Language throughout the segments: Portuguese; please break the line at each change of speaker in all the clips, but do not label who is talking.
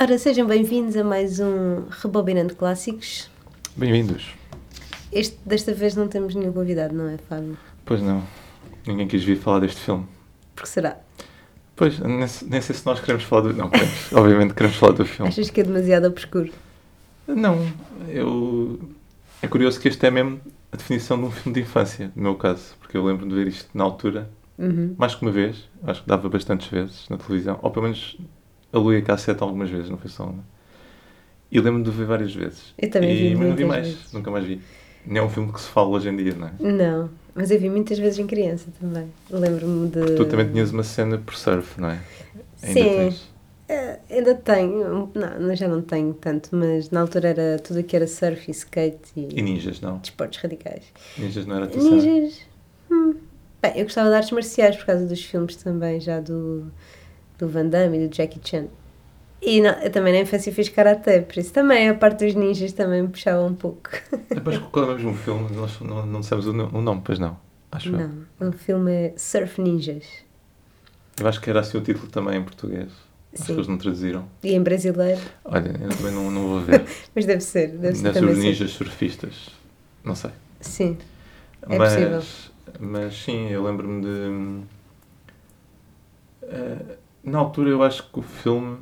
Ora, sejam bem-vindos a mais um Rebobinando Clássicos.
Bem-vindos.
Este, desta vez não temos nenhum convidado, não é, Fábio?
Pois não, ninguém quis vir falar deste filme.
Porque será?
Pois, nem, se- nem sei se nós queremos falar do. Não, queremos, obviamente queremos falar do filme.
Achas que é demasiado obscuro?
Não, eu. É curioso que este é mesmo a definição de um filme de infância, no meu caso, porque eu lembro de ver isto na altura,
Uhum.
mais que uma vez, acho que dava bastantes vezes na televisão, ou pelo menos aluguei a cassete algumas vezes, não foi só uma. E lembro-me de ver várias vezes.
Eu também
e,
vi
mas não vi
muitas
mais,
vezes.
nunca mais vi. Nem é um filme que se fala hoje em dia, não é?
Não, mas eu vi muitas vezes em criança também. Lembro-me de.
Tu também tinhas um? uma cena por surf, não é?
Eh. Sim. Eh, ainda tenho, não, não, já não tenho tanto, mas na altura era tudo o que era surf e skate
E ninjas, não?
desportos radicais.
Ninjas não era a tua cena?
Ninjas. é Hum. Bem, eu gostava de artes marciais por causa dos filmes também, já do, do Van Damme e do Jackie Chan. E na- eu também na infância fiz karaté, por isso também a parte dos ninjas também me puxava um pouco.
Depois colocamos um filme, nós não, não dissemos o, no- o nome, pois não. Acho eu.
Não, o filme é Surf Ninjas.
Eu acho que era assim o título também em português. Acho que
Sim.
eles não traduziram.
E em brasileiro,
Olha, eu também não, não vou ver.
mas deve ser, deve ser
Deve ser
também. assim.
os
ser.
é ninjas surfistas. Não sei.
Sim. É
mas, mas sim, eu lembro-me de. hum, eh, na altura eu acho que o filme.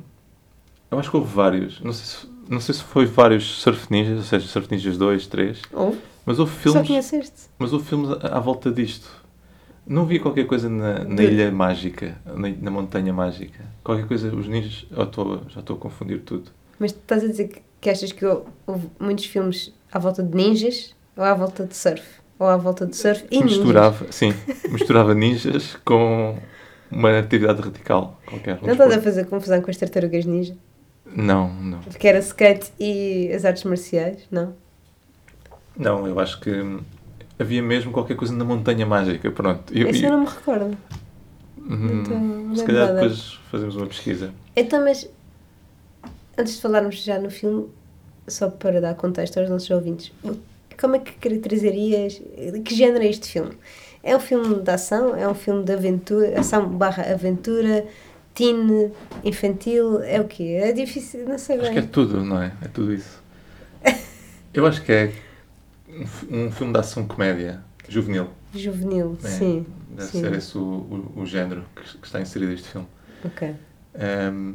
Eu acho que houve vários. Não sei se, não sei se foi vários Surf Ninjas, ou seja, Surf Ninjas 2, 3.
Ou
Mas houve
só
Oh, filmes.
conheceste?
Mas houve filmes à à volta disto. Não vi qualquer coisa na, na
De-
Ilha Mágica, na, na Montanha Mágica. Qualquer coisa, os ninjas. eu tô- já estou a confundir tudo.
Mas tu estás a dizer que, que achas que hou- houve muitos filmes à volta de ninjas ou à volta de surf? Ou à volta de surf e ninjas?
misturava, sim, misturava ninjas com uma atividade radical qualquer. um
Não estás a
desporto.
fazer confusão com as tartarugas ninja?
Não, não.
Porque era skate e as artes marciais, não?
Não, eu acho que hum, havia mesmo qualquer coisa na Montanha Mágica, pronto. Eu,
Isso
eu-
eu não me recordo.
Hum,
tô
se calhar
lembrada.
depois fazemos uma pesquisa.
Então, mas antes de falarmos já no filme, só para dar contexto aos nossos ouvintes, o- como é que caracterizarias, que género é este filme? É um filme de ação? É um filme de aventura? Ação barra aventura? Teen? Infantil? É o quê? É difícil, não sei
Acho que é
bem.
tudo, não é? É tudo isso. Eu acho que é um, fi- um filme de ação comédia juvenil.
Juvenil,
É,
sim.
Deve
sim.
ser esse o, o, o género que, que está inserido este filme.
Ok.
Ahm,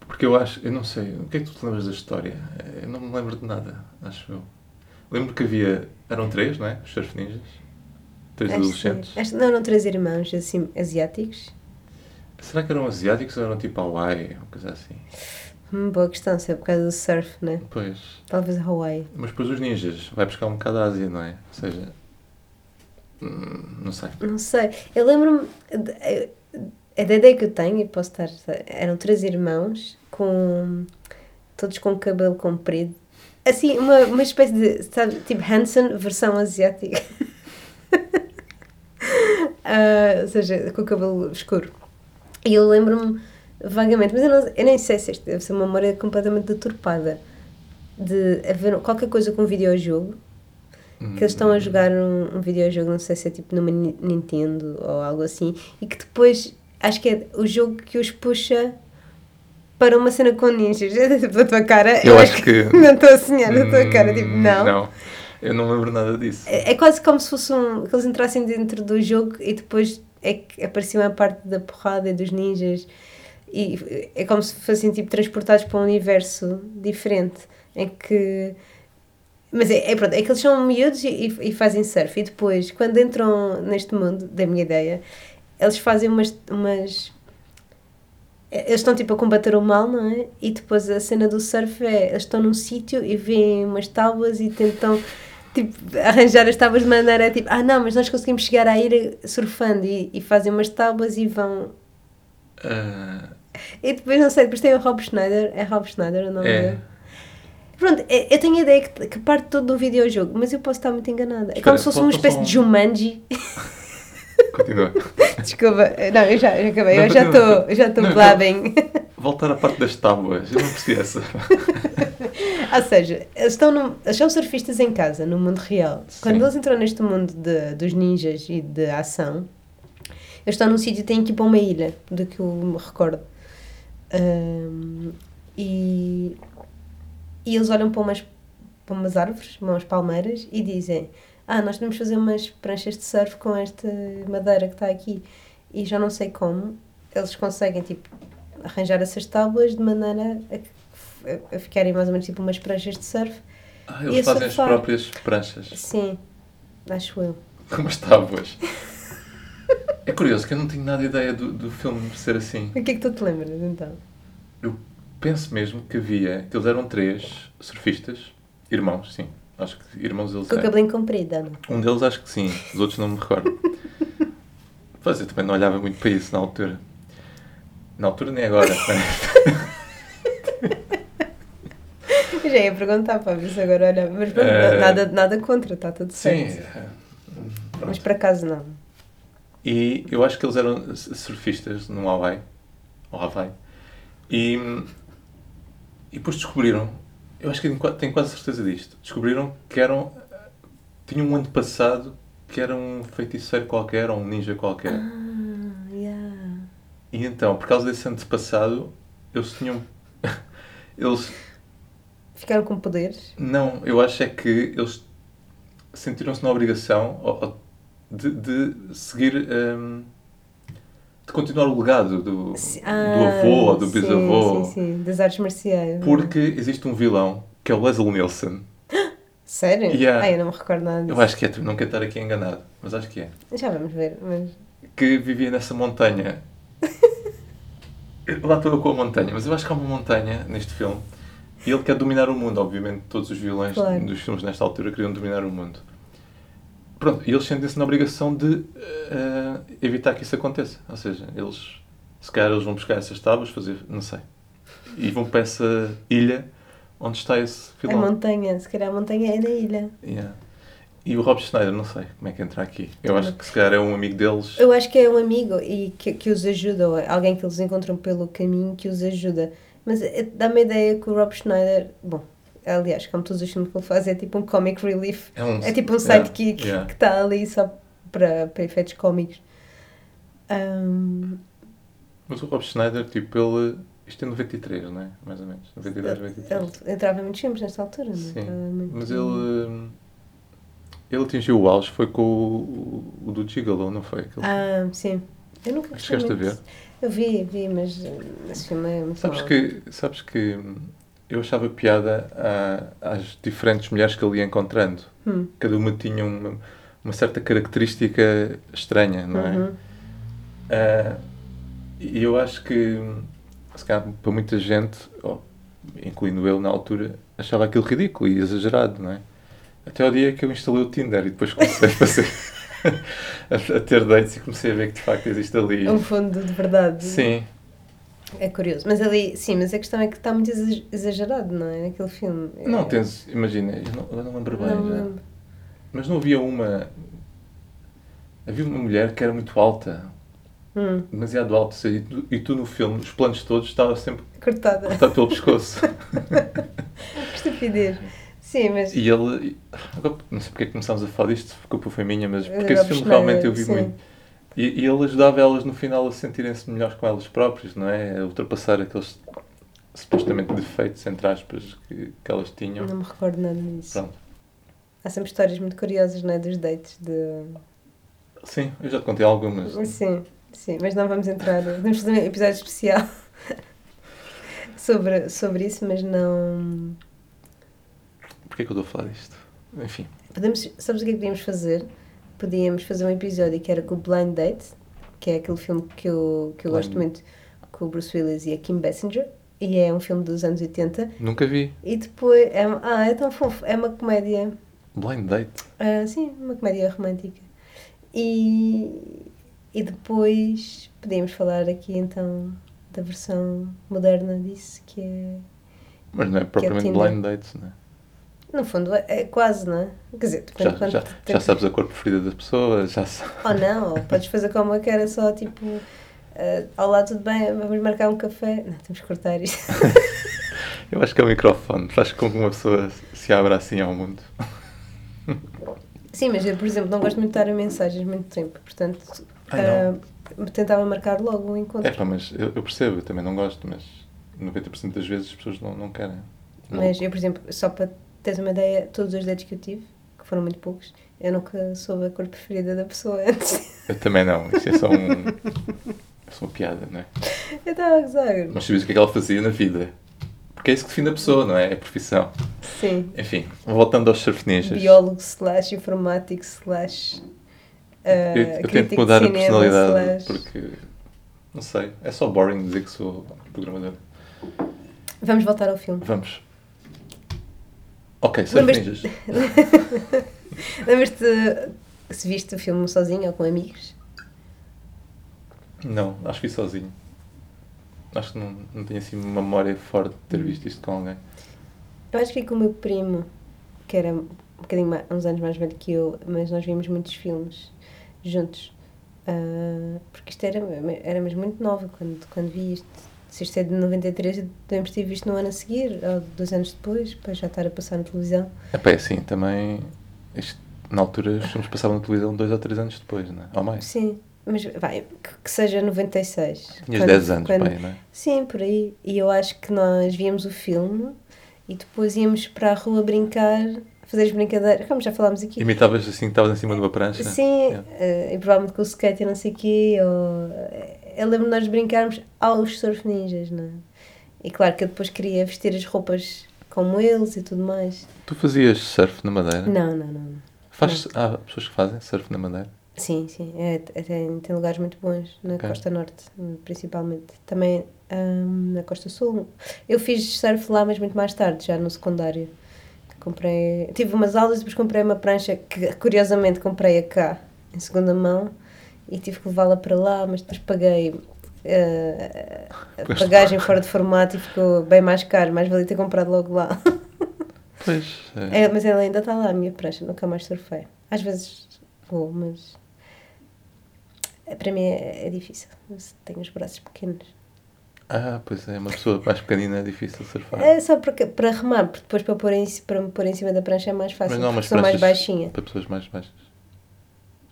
porque eu acho, eu não sei, o que é que tu te lembras da história? Eu não me lembro de nada, acho eu. Lembro que havia, eram três, não é? Os surf ninjas. Três
Acho-
adolescentes.
acho- não, não três irmãos, assim, asiáticos.
Será que eram asiáticos ou eram tipo Hawaii ou coisa assim?
Hum, boa questão, se é por causa do surf, né?
Pois.
Talvez Hawaii.
Mas depois os ninjas, vai buscar um bocado a Ásia, não é? Ou seja, hum, não sei.
Não sei. Eu lembro-me. de- A da ideia que eu tenho, e posso estar. Eram três irmãos, com. todos com cabelo comprido. Assim, uma, uma espécie de. Sabe, tipo Hanson, versão asiática. Ah, ou seja, com o cabelo escuro. E eu lembro-me vagamente, mas eu, não- eu nem sei se isto deve ser uma memória é completamente deturpada. De haver qualquer coisa com um videojogo que eles estão a jogar um, um videojogo, não sei se é tipo numa Ni- Nintendo ou algo assim, e que depois acho que é o jogo que os puxa para uma cena com ninjas. Tipo, a tua cara.
Eu acho que-
Não estou a sonhar na tua cara, tipo,
Hum,
não.
Não, eu não lembro nada disso.
É, é quase como se fosse um. que eles entrassem dentro do jogo e depois é que aparecia a parte da porrada e dos ninjas. E é como se fossem tipo transportados para um universo diferente em que. Mas é, é pronto, é que eles são miúdos e, e- e fazem surf. E depois, quando entram neste mundo, da minha ideia, eles fazem umas. umas eles estão tipo a combater o mal, não é? E depois a cena do surf é eles estão num sítio e veem umas tábuas e tentam tipo, arranjar as tábuas de maneira tipo, ah não, mas nós conseguimos chegar à ilha surfando e, e fazem umas tábuas e vão.
Ah,
E depois não sei, depois tem o Rob Schneider, é Rob Schneider o nome
é.
dele. Pronto, é- eu tenho a ideia que, que parte todo do videojogo, mas eu posso estar muito enganada. É como
Espera,
se fosse
falta
uma
só
espécie
um-
de Jumanji.
Continua.
Desculpa, não, eu já, eu já acabei,
Não,
eu já
continua.
estou, já estou
Não,
blabbing.
Voltar à parte das tábuas, eu não percebi essa.
Ou seja, eles, estão num- eles são surfistas em casa, no mundo real.
Sim.
Quando eles entram neste mundo de- dos ninjas e de ação, eles estão num sítio e têm que ir para uma ilha, do que eu me recordo. Ahm, E, e eles olham para umas, para umas árvores, para umas palmeiras, e dizem: Ah, nós podemos fazer umas pranchas de surf com esta madeira que está aqui. E já não sei como, eles conseguem tipo, arranjar essas tábuas de maneira a, que- a- a ficarem mais ou menos tipo umas pranchas de surf.
Ah,
E
eles
a
fazem as
surfar.
próprias pranchas.
Sim, acho eu.
Como as tábuas. É curioso que eu não tenho nada de ideia do, do filme ser assim.
O que é que tu te lembras então?
Eu penso mesmo que havia, que eles eram três surfistas, irmãos, sim. Acho que irmãos eles
Com o
eram.
cabelo comprido, Ana.
Um deles acho que sim, os outros não me recordo. Pois eu também não olhava muito para isso na altura. Na altura nem agora.
Eu já ia perguntar para ver se agora olha. Mas pronto,
Eh,
nada, nada contra, está tudo
sim.
certo.
é.
Mas
Pronto.
por acaso não.
E eu acho que eles eram s- surfistas no Hawaii. Ou Hawaii. E, e depois descobriram, eu acho que tenho qua- tenho quase certeza disto, descobriram que eram. tinham um antepassado que era um feiticeiro qualquer ou um ninja qualquer.
Ah, yeah.
E então, por causa desse antepassado, eles tinham. eles.
Ficaram com poderes?
Não, eu acho é que eles sentiram-se na obrigação ó- ó, de, de seguir. hum, de continuar o legado do,
Se-
do
ah,
avô ou do bisavô.
Sim, sim, sim. Das artes marciais.
Porque existe um vilão que é o Leslie Nielsen.
Sério?
Yeah.
Ah, eu não me recordo nada disso.
Eu acho que é, tu não quero estar aqui enganado, mas acho que é.
Já vamos ver, mas.
Que vivia nessa montanha. Lá estou eu com a montanha, mas eu acho que há uma montanha neste filme e ele quer dominar o mundo. Obviamente, todos os vilões
Claro.
dos filmes nesta altura queriam dominar o mundo. Pronto, e eles sentem-se na obrigação de eh, evitar que isso aconteça. Ou seja, eles, se calhar, eles vão buscar essas tábuas, fazer, não sei, e vão para essa ilha onde está esse
A
vilão.
É montanha, se calhar a montanha é na ilha.
Yeah. E o Rob Schneider, não sei como é que entra aqui. Eu acho que se calhar é um amigo deles.
Eu acho que é um amigo e que, que os ajuda, ou é alguém que eles encontram pelo caminho que os ajuda. Mas eh, dá-me a ideia que o Rob Schneider, bom, aliás, como todos os filmes que ele faz, é tipo um comic relief.
É um,
É tipo um
yeah,
sidekick
yeah.
que está ali só para, para efeitos cómicos. Ahm,
Hum, Mas o Rob Schneider, tipo, ele. Isto é 93, não é? Mais ou menos. 92, 93.
ele entrava em muitos filmes nesta altura, não é?
Sim.
Estava muito-
Mas ele. hum, Ele atingiu o auge, foi com o, o, o do Gigolo, não foi? Aquele-
Ah, sim. Eu nunca
Acho que chegaste a
gostei muito. Eu vi, vi, mas eh, esse filme é muito
Sabes
mau.
que, sabes que hum, eu achava piada a- às diferentes mulheres que ele ia encontrando.
Hum.
Cada uma tinha uma, uma certa característica estranha, não é?
Uhum.
Ah, E eu acho que, se calhar, para muita gente, oh, incluindo eu na altura, achava aquilo ridículo e exagerado, não é? Até ao dia que eu instalei o Tinder e depois comecei a fazer. a a ter dates e comecei a ver que de facto existe ali.
É um fundo de verdade.
Sim,
É curioso. Mas ali, sim, mas a questão é que está muito exa- exagerado, não é? Naquele filme. É-
não tens. Imagina, eu não, eu não lembro bem
Não me
já.
lembro.
Mas não havia uma. Havia uma mulher que era muito alta,
Hum,
demasiado alta, e tu, e tu no filme, os planos todos, estava sempre
cortada.
cortado pelo pescoço.
que estupidez. Sim, mas.
E ele. agora, Não sei porque é que começámos a falar disto, a culpa foi minha, mas
Era
porque esse filme
Schneider,
realmente eu vi
sim.
muito. E, e ele ajudava elas no final a sentirem-se melhores com elas próprias, não é? A ultrapassar aqueles supostamente defeitos, entre aspas, que, que elas tinham.
Não me recordo nada disso.
Pronto.
Há sempre histórias muito curiosas, não é? Dos dates de.
Sim, eu já te contei algumas.
Sim, sim, mas não vamos entrar. Vamos fazer um episódio especial sobre, sobre isso, mas não.
Porquê é que eu estou a falar disto? Enfim.
Podemos, sabes o que é que podíamos fazer? Podíamos fazer um episódio que era com o Blind Date, que é aquele filme que eu, que eu
Blind.
gosto muito, com o Bruce Willis e a Kim Basinger, e é um filme dos anos 80.
Nunca vi.
E depois, é, uma- ah, é tão fofo, é uma comédia,
Blind Date.
ah, sim, uma comédia romântica. E, e depois podíamos falar aqui então da versão moderna disso, que é,
Mas não é propriamente
Tinder.
Blind Dates, não é?
no fundo, é, é quase, não é? Quer dizer, depende
Já,
de quanto
já,
tempo. é
já sabes a cor preferida da pessoa, já sabes.
Ou Ah, não, ou podes fazer como eu quero, é só tipo. eh, Olá, tudo bem? Vamos marcar um café? Não, temos que cortar isto.
Eu acho que é o microfone, faz com que uma pessoa se abra assim ao mundo.
Sim, mas eu, por exemplo, não gosto muito de dar mensagens muito tempo, portanto,
Ai, não.
ah, tentava marcar logo um encontro.
É pá, mas eu, eu percebo, eu também não gosto, mas 90% das vezes as pessoas não, não querem. Não.
Mas eu, por exemplo, só para teres uma ideia, todos os dates que eu tive, que foram muito poucos, eu nunca soube a cor preferida da pessoa antes.
Eu também não, isso é só um. é só uma piada, não é?
Eu estava a gozar.
Mas sabias o que é que ela fazia na vida? Porque é isso que define a pessoa, não é? É a profissão.
Sim.
Enfim, voltando aos surf ninjas.
Biólogo slash informático slash. ah,
Eu, eu tento
crítico
mudar
de
a
cinema
personalidade
slash-
porque. Não sei. É só boring dizer que sou programador.
Vamos voltar ao filme.
Vamos. Ok, Surf
Lembras-
Ninjas.
Lembras-te se viste o filme sozinho ou com amigos?
Não, acho que vi sozinho. Acho que não, não tenho assim uma memória forte de ter visto isto com alguém.
Eu acho que vi com o meu primo, que era um bocadinho mais, uns anos mais velho que eu, mas nós vimos muitos filmes juntos. Ah, porque isto era, era mesmo muito nova quando, quando vi isto. Se isto é de 93, devemos ter visto no ano a seguir, ou dois anos depois, para já estar a passar na televisão.
Epá, É assim, também. Isto, na altura, os filmes passavam na televisão dois ou três anos depois, não é? Ou mais.
Sim, mas vai, que, que seja 96.
Tinhas
Quando-
10 anos,
quando-
pai, não é?
Sim, por aí. E eu acho que nós víamos o filme e depois íamos para a rua brincar, fazer as brincadeiras, como já falámos aqui.
Imitavas assim, que estavas em cima de uma prancha. É.
Sim,
Yeah.
eh, e provavelmente com o skate e não sei o quê. Ou... eh, Eu lembro de nós brincarmos aos surf ninjas, não é? E claro que eu depois queria vestir as roupas como eles e tudo mais.
Tu fazias surf na madeira?
Não, não, não. não.
Faz, há pessoas que fazem surf na madeira?
Sim, sim. É, é- tem, tem lugares muito bons na
Ok.
costa norte, principalmente. Também hum, na costa sul. Eu fiz surf lá, mas muito mais tarde, já no secundário. Comprei... Tive umas aulas e depois comprei uma prancha que, curiosamente, comprei a cá, em segunda mão. E tive que levá-la para lá, mas depois paguei... eh, a
Pois. tá.
bagagem fora de formato e ficou bem mais caro, mais valia ter comprado logo lá.
Pois. é.
É, mas ela ainda está lá, a minha prancha, nunca mais surfei. Às vezes vou, mas. é, Para mim é, é difícil. Eu Tenho os braços pequenos.
Ah, pois é, uma pessoa mais pequenina é difícil surfar.
É só porque, para remar, porque depois para, pôr em, ci- para me pôr em cima da prancha é mais fácil,
Mas não há
porque
umas
sou mais
pranchas
baixinha.
Para pessoas mais baixas.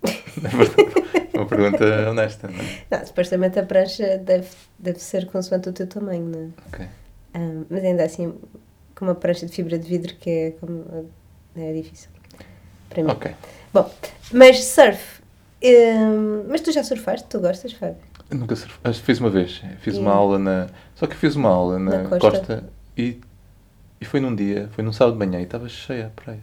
É verdade. É uma pergunta honesta, não é?
Não, supostamente a prancha deve, deve ser consoante o teu tamanho, não é?
Ok.
Ah, mas ainda assim, com uma prancha de fibra de vidro que é, como, é difícil. Para mim.
Ok.
Mas surf. hum, mas tu já surfaste? Tu gostas, Fábio?
Eu nunca surf... Acho que fiz uma vez. Fiz uma
Yeah.
aula na. Só que fiz uma aula na,
Na
costa,
costa.
e, e foi num dia, foi num sábado de manhã e estava cheia a praia.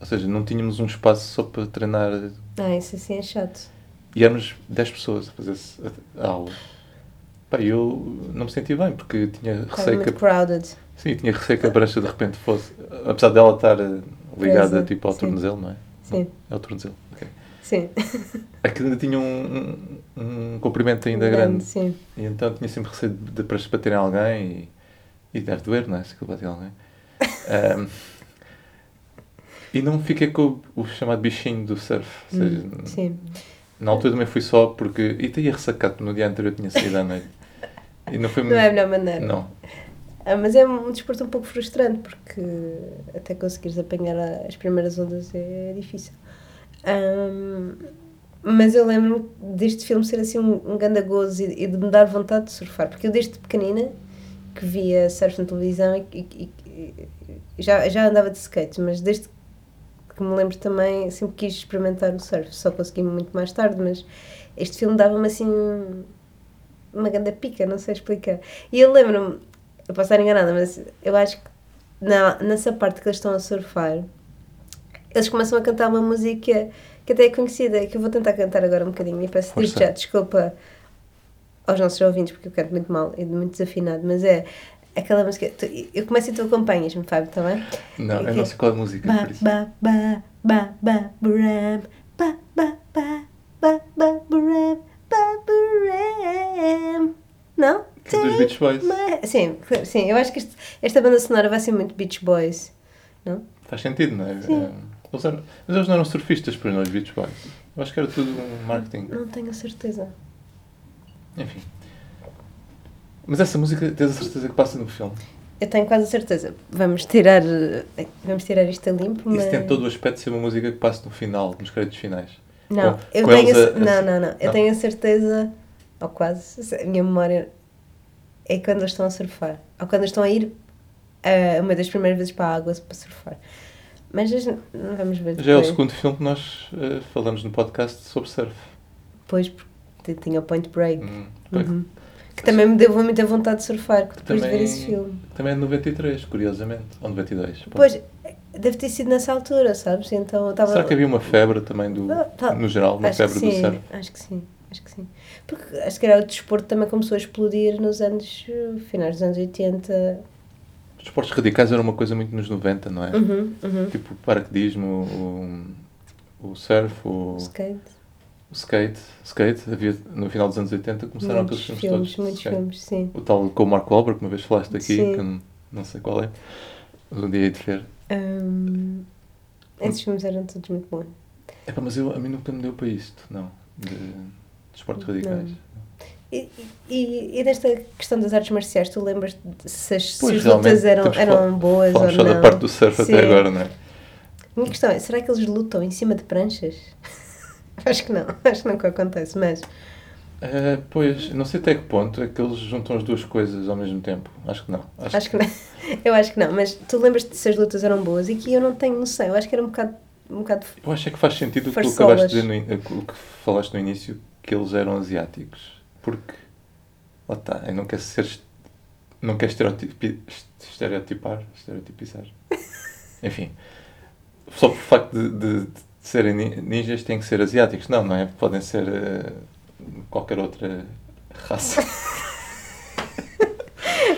Ou seja, não tínhamos um espaço só para treinar.
Ah, isso assim é chato.
E éramos 10 pessoas a fazer esse- a, a aula. Pá, e eu não me senti bem porque tinha
Estava
receio que
muito
a
crowded.
Sim, tinha receio que a prancha de repente fosse. Apesar dela estar eh, ligada
Presa,
tipo ao
sim.
tornozelo, não é?
Sim,
É o tornozelo. ok.
sim.
Aquilo ainda tinha um, um, um comprimento ainda grande.
Sim,
E então tinha sempre receio de, de prancha bater em alguém e, e deve doer, não é? Se aquilo bater em alguém. Ahm, e não fiquei com o, o chamado bichinho do surf. Ou seja,
Hum, sim.
na altura também fui só porque. E até ia ressacado, no dia anterior tinha saído à noite. E não foi
Não é a melhor maneira.
Não.
Ah, mas é um desporto um pouco frustrante porque até conseguires apanhar a- as primeiras ondas é difícil. Ahm, mas eu lembro-me deste filme ser assim um, um ganda gozo e, e de me dar vontade de surfar, porque eu desde pequenina que via surf na televisão e, e- e- e já, já andava de skate, mas desde que me lembro também sempre quis experimentar o surf, só consegui muito mais tarde, mas este filme dava-me assim uma grande pica, não sei explicar. E eu lembro-me, eu posso estar enganada, mas eu acho que na, nessa parte que eles estão a surfar, eles começam a cantar uma música que até é conhecida, que eu vou tentar cantar agora um bocadinho e peço desde
Força.
já desculpa aos nossos ouvintes, porque eu canto muito mal e muito desafinado, mas é aquela música. tu- eu começo e tu acompanhas-me, Fábio, está bem?
Não, eu
Ok.
não sei qual é a música.
Ba,
por isso.
ba, ba, ba, ba, buram. Ba, ba, ba, ba, ba, buram. Ba, buram. Não?
Que é dos Beach Boys.
Mas- Sim, claro, sim, eu acho que este- esta banda sonora vai ser muito Beach Boys.
Faz sentido, não é?
Sim.
Eh, Eles eram, mas eles não eram surfistas para nós, Beach Boys. Eu acho que era tudo um marketing.
Não tenho a certeza.
Enfim. Mas essa música, tens a certeza que passa no filme?
Eu tenho quase a certeza. Vamos tirar, eh, vamos tirar isto a limpo, mas...
Isso tem todo o aspecto de ser uma música que passa no final, nos créditos finais.
Não,
Com-
eu
com
tenho
eles é-
a,
a-
não, não, não, Eu
não.
tenho a certeza, ou quase, se- a minha memória é quando eles estão a surfar. Ou quando eles estão a ir ah, uma das primeiras vezes para a água para surfar. Mas eles n- não vamos ver
Já é o
depois.
segundo filme que nós eh, falamos no podcast sobre surf.
Depois, porque tinha o Point Break.
Hum,
Uhum. Que também me deu muita vontade de surfar depois de ver
Também-
esse filme.
Também é de 93, curiosamente. Ou 92. pá.
Pois, deve ter sido nessa altura, sabes? Então eu estava.
Será que havia uma febre também do.
Ah, tá.
No geral, uma
acho que
febre do
sim,
surf?
acho que sim, acho que sim. Porque acho que era o desporto também começou a explodir nos anos. eh, finais dos anos 80.
Os esportes radicais eram uma coisa muito nos 90, não é?
Uhum, uhum.
Tipo o paraquedismo, o, o surf, o,
Skate.
o skate. Skate, havia no final dos anos 80 começaram
Muitos
aqueles filmes,
filmes,
todos.
muitos
Sim.
filmes, sim.
O tal com o Mark Wahlberg, que uma vez falaste aqui,
Sim.
que eu não- não sei qual é. Um dia hei de ver.
Ahm, Um, esses filmes eram todos muito bons.
Epá, mas eu, a mim nunca me deu para isto, não. De, de esportes
Não.
radicais.
E, e, e desta questão das artes marciais, tu lembras de se as, se
Pois,
as lutas
realmente,
eram,
temos
eram boas ou não?
Falamos só da parte do surf
Sim.
até agora, não é?
Minha questão é, será que eles lutam em cima de pranchas? acho que não, acho que nunca acontece, mas...
Eh, pois, não sei até que ponto é que eles juntam as duas coisas ao mesmo tempo. Acho que não.
Acho que não. Eu acho que não, mas tu lembras-te se as lutas eram boas e que eu não tenho noção. Eu acho que era um bocado... Um bocado
Eu acho é que faz sentido o que, tu
Farsolas.
acabaste de dizer no in- o que falaste no início, que eles eram asiáticos. Porque, lá está, eu não quero ser, est- não quero estereotipi- est- estereotipar, estereotipizar. Enfim, só por facto de, de- de serem nin- ninjas têm que ser asiáticos. Não, não é? Podem ser eh, qualquer outra raça.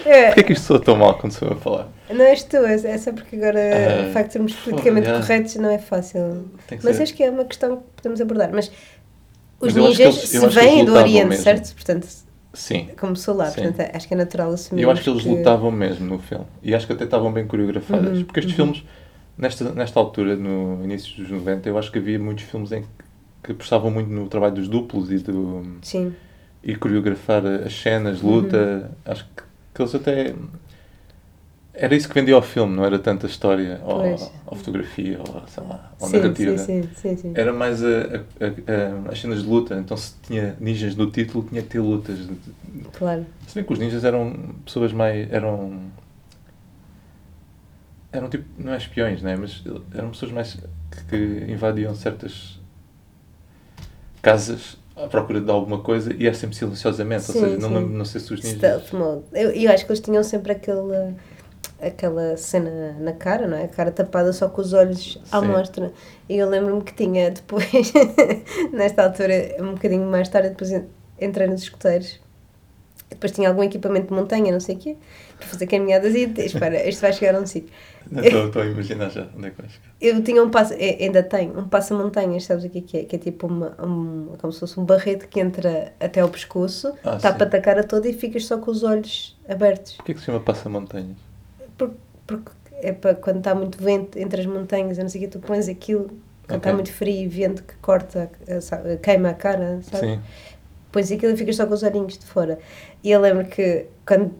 Porquê é que isto soa tão mal quando sou eu a falar?
não és tu, é é só porque agora
Ah,
o facto de sermos politicamente
yeah.
corretos não é fácil.
Tem que
Mas
ser.
acho que é uma questão que podemos abordar. Mas os
Mas eu acho que
ninjas
eles- eu
se
acho que eles
vêm do
lutavam
Oriente,
mesmo.
certo? Portanto,
Sim.
começou lá,
Sim.
portanto acho que é natural assumir.
Eu acho que eles lutavam mesmo no filme. E acho que até estavam bem coreografadas.
Uhum,
Porque estes filmes, nesta, nesta altura, no início dos 90, eu acho que havia muitos filmes em que, que apostavam muito no trabalho dos duplos e, do,
Sim.
e coreografar as cenas,
Uhum.
luta. Acho que, que eles até. Era isso que vendia ao filme, não era tanto a história ou,
Pois.
ou a fotografia ou, sei lá, ou a
Sim,
narrativa.
sim, sim, sim, sim.
Era mais a, a- a- a- as cenas de luta, então se tinha ninjas no título, tinha que ter lutas.
Claro.
Se bem que os ninjas eram pessoas mais. eram. eram tipo. não é espiões, né? Mas eram pessoas mais. que, que invadiam certas. casas à procura de alguma coisa e era sempre silenciosamente.
Sim,
Ou seja, não,
sim.
lembro- não sei se os ninjas.
Stealth mode. Eu, eu acho que eles tinham sempre aquele, aquela cena na cara, não é? A cara tapada só com os olhos à
Sim.
mostra. E eu lembro-me que tinha depois, nesta altura, um bocadinho mais tarde, depois en- entrei nos escuteiros. Depois tinha algum equipamento de montanha, não sei o quê, para fazer caminhadas e espera, isto vai chegar a um sítio.
Não estou estou a imaginar já onde é que vais chegar.
Eu tinha um passa, eh, ainda tenho, um passa-montanhas, sabes o que é que é? Que é tipo uma, um, como se fosse um barrete que entra até ao pescoço,
Ah,
tapa-te a cara toda e ficas só com os olhos abertos.
Porquê é que se chama Passamontanhas?
Por- Porque é para quando está muito vento entre as montanhas, eu não sei o que, tu pões aquilo, quando está
Ok.
muito frio e vento que corta, eh, sabe, queima a cara, sabe?
Sim.
Pões aquilo e ficas só com os olhinhos de fora. E eu lembro que quando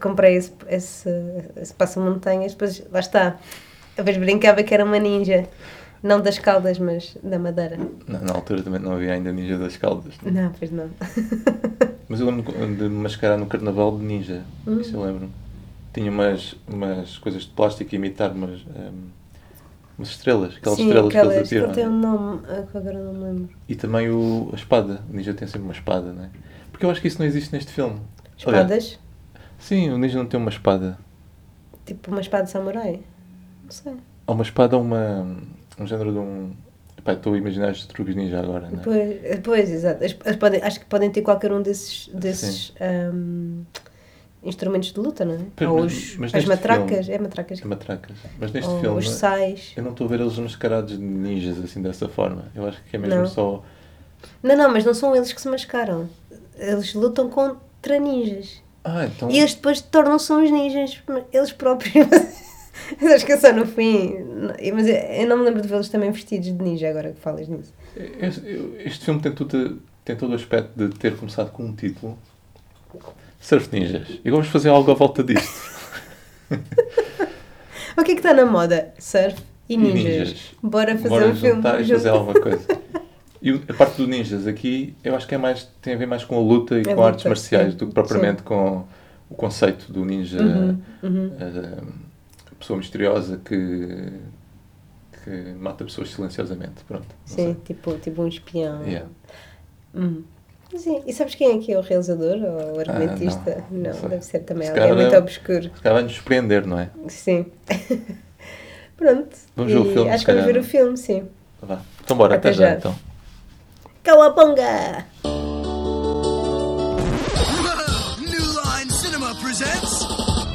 comprei esse, esse, esse passa-montanhas, depois lá está, a vez brincava que era uma ninja. Não das caldas, mas da madeira.
Na, na altura também não havia ainda ninja das caldas. né?
Não, pois não.
Mas eu lembro de me mascarar no carnaval de ninja.
Hum.
Isso eu lembro. Tinha umas, umas coisas de plástico e imitar umas, hum, umas estrelas, aquelas estrelas que eles
Ele tem
atiram.
um
né?
nome, ah, que agora não me lembro.
E também o, a espada. O ninja tem sempre uma espada, não é? Porque eu acho que isso não existe neste filme. Aliás,
Espadas?
sim, o ninja não tem uma espada.
Tipo uma espada de samurai? Não sei.
Há uma espada, uma, um género de um. Epá, estou a imaginar os truques ninja agora, não é?
Pois, pois, exato. As- as podem- acho que podem ter qualquer um desses, desses ahm, instrumentos de luta, não é?
Pois,
Ou
mas-
os,
mas
as
neste
matracas, é matracas.
De matracas. Mas neste
Ou
filme.
os sais.
Eu não é? estou a ver eles mascarados de ninjas assim dessa forma. Eu acho que é mesmo
Não.
só.
Não, não, mas não são eles que se mascaram. Eles lutam contra ninjas.
Ah, então.
E eles depois tornam-se uns ninjas, mas eles próprios. Mas acho que é só no fim. Não, Mas eu- eu não me lembro de vê-los também vestidos de ninja, agora que falas nisso.
Este, eu- este filme tem, tudo, tem todo o aspecto de ter começado com um título Surf Ninjas. E vamos fazer algo à volta disto.
O que é que está na moda? Surf e
E
ninjas.
ninjas.
Bora fazer
Bora
um filme.
juntar e
junto.
fazer alguma coisa. E o- a parte do ninjas aqui, eu acho que é mais, tem a ver mais com a luta e
É
com artes
luta,
marciais
sim. Uhum,
do que propriamente com o conceito do ninja, eh, pessoa misteriosa que, que mata pessoas silenciosamente. Pronto, não
Sim,
sei.
tipo, tipo um espião.
Yeah.
Hum. Sim. E sabes quem é que é o realizador ou o
Ah, não.
argumentista?
Não
não,
sei.
deve ser também
Se
alguém
calhar
muito
é-
obscuro.
Se calhar vai-nos surpreender, não é?
Sim. Pronto.
Vamos ver o
E
filme,
Acho
se
que vamos
calhar.
ver o filme, sim.
Vá. Então bora, até,
Até
já,
já.
então.
Calaponga!
New Line Cinema presents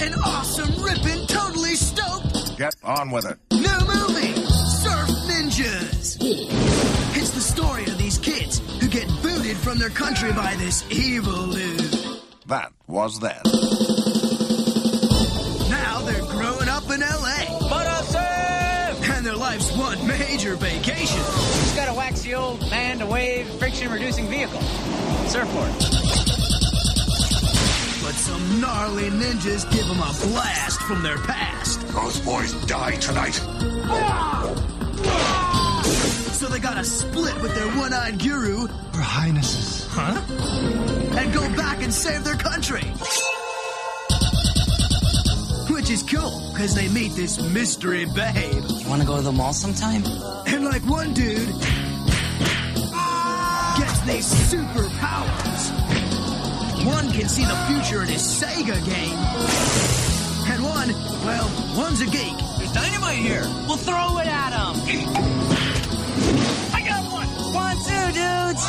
an awesome, ripping, totally stoked
Get on with it.
new movie, Surf Ninjas. It's the story of these kids who get booted from their country by this evil dude.
That was then.
Now they're growing up in L.A. and their life's one major vacation.
Just gotta wax the old man to wave friction reducing vehicle. Surfboard.
But some gnarly ninjas give them a blast from their past.
Those boys die tonight.
So they gotta split with their one-eyed guru
Your Highnesses.
and go back and save their country. Which is cool, because they meet this mystery babe.
You wanna go to the mall sometime?
And like one dude gets these superpowers. One can see the future in his Sega game. And one, well, one's a geek.
There's dynamite here. We'll throw it at him. I got one. One, two, dudes.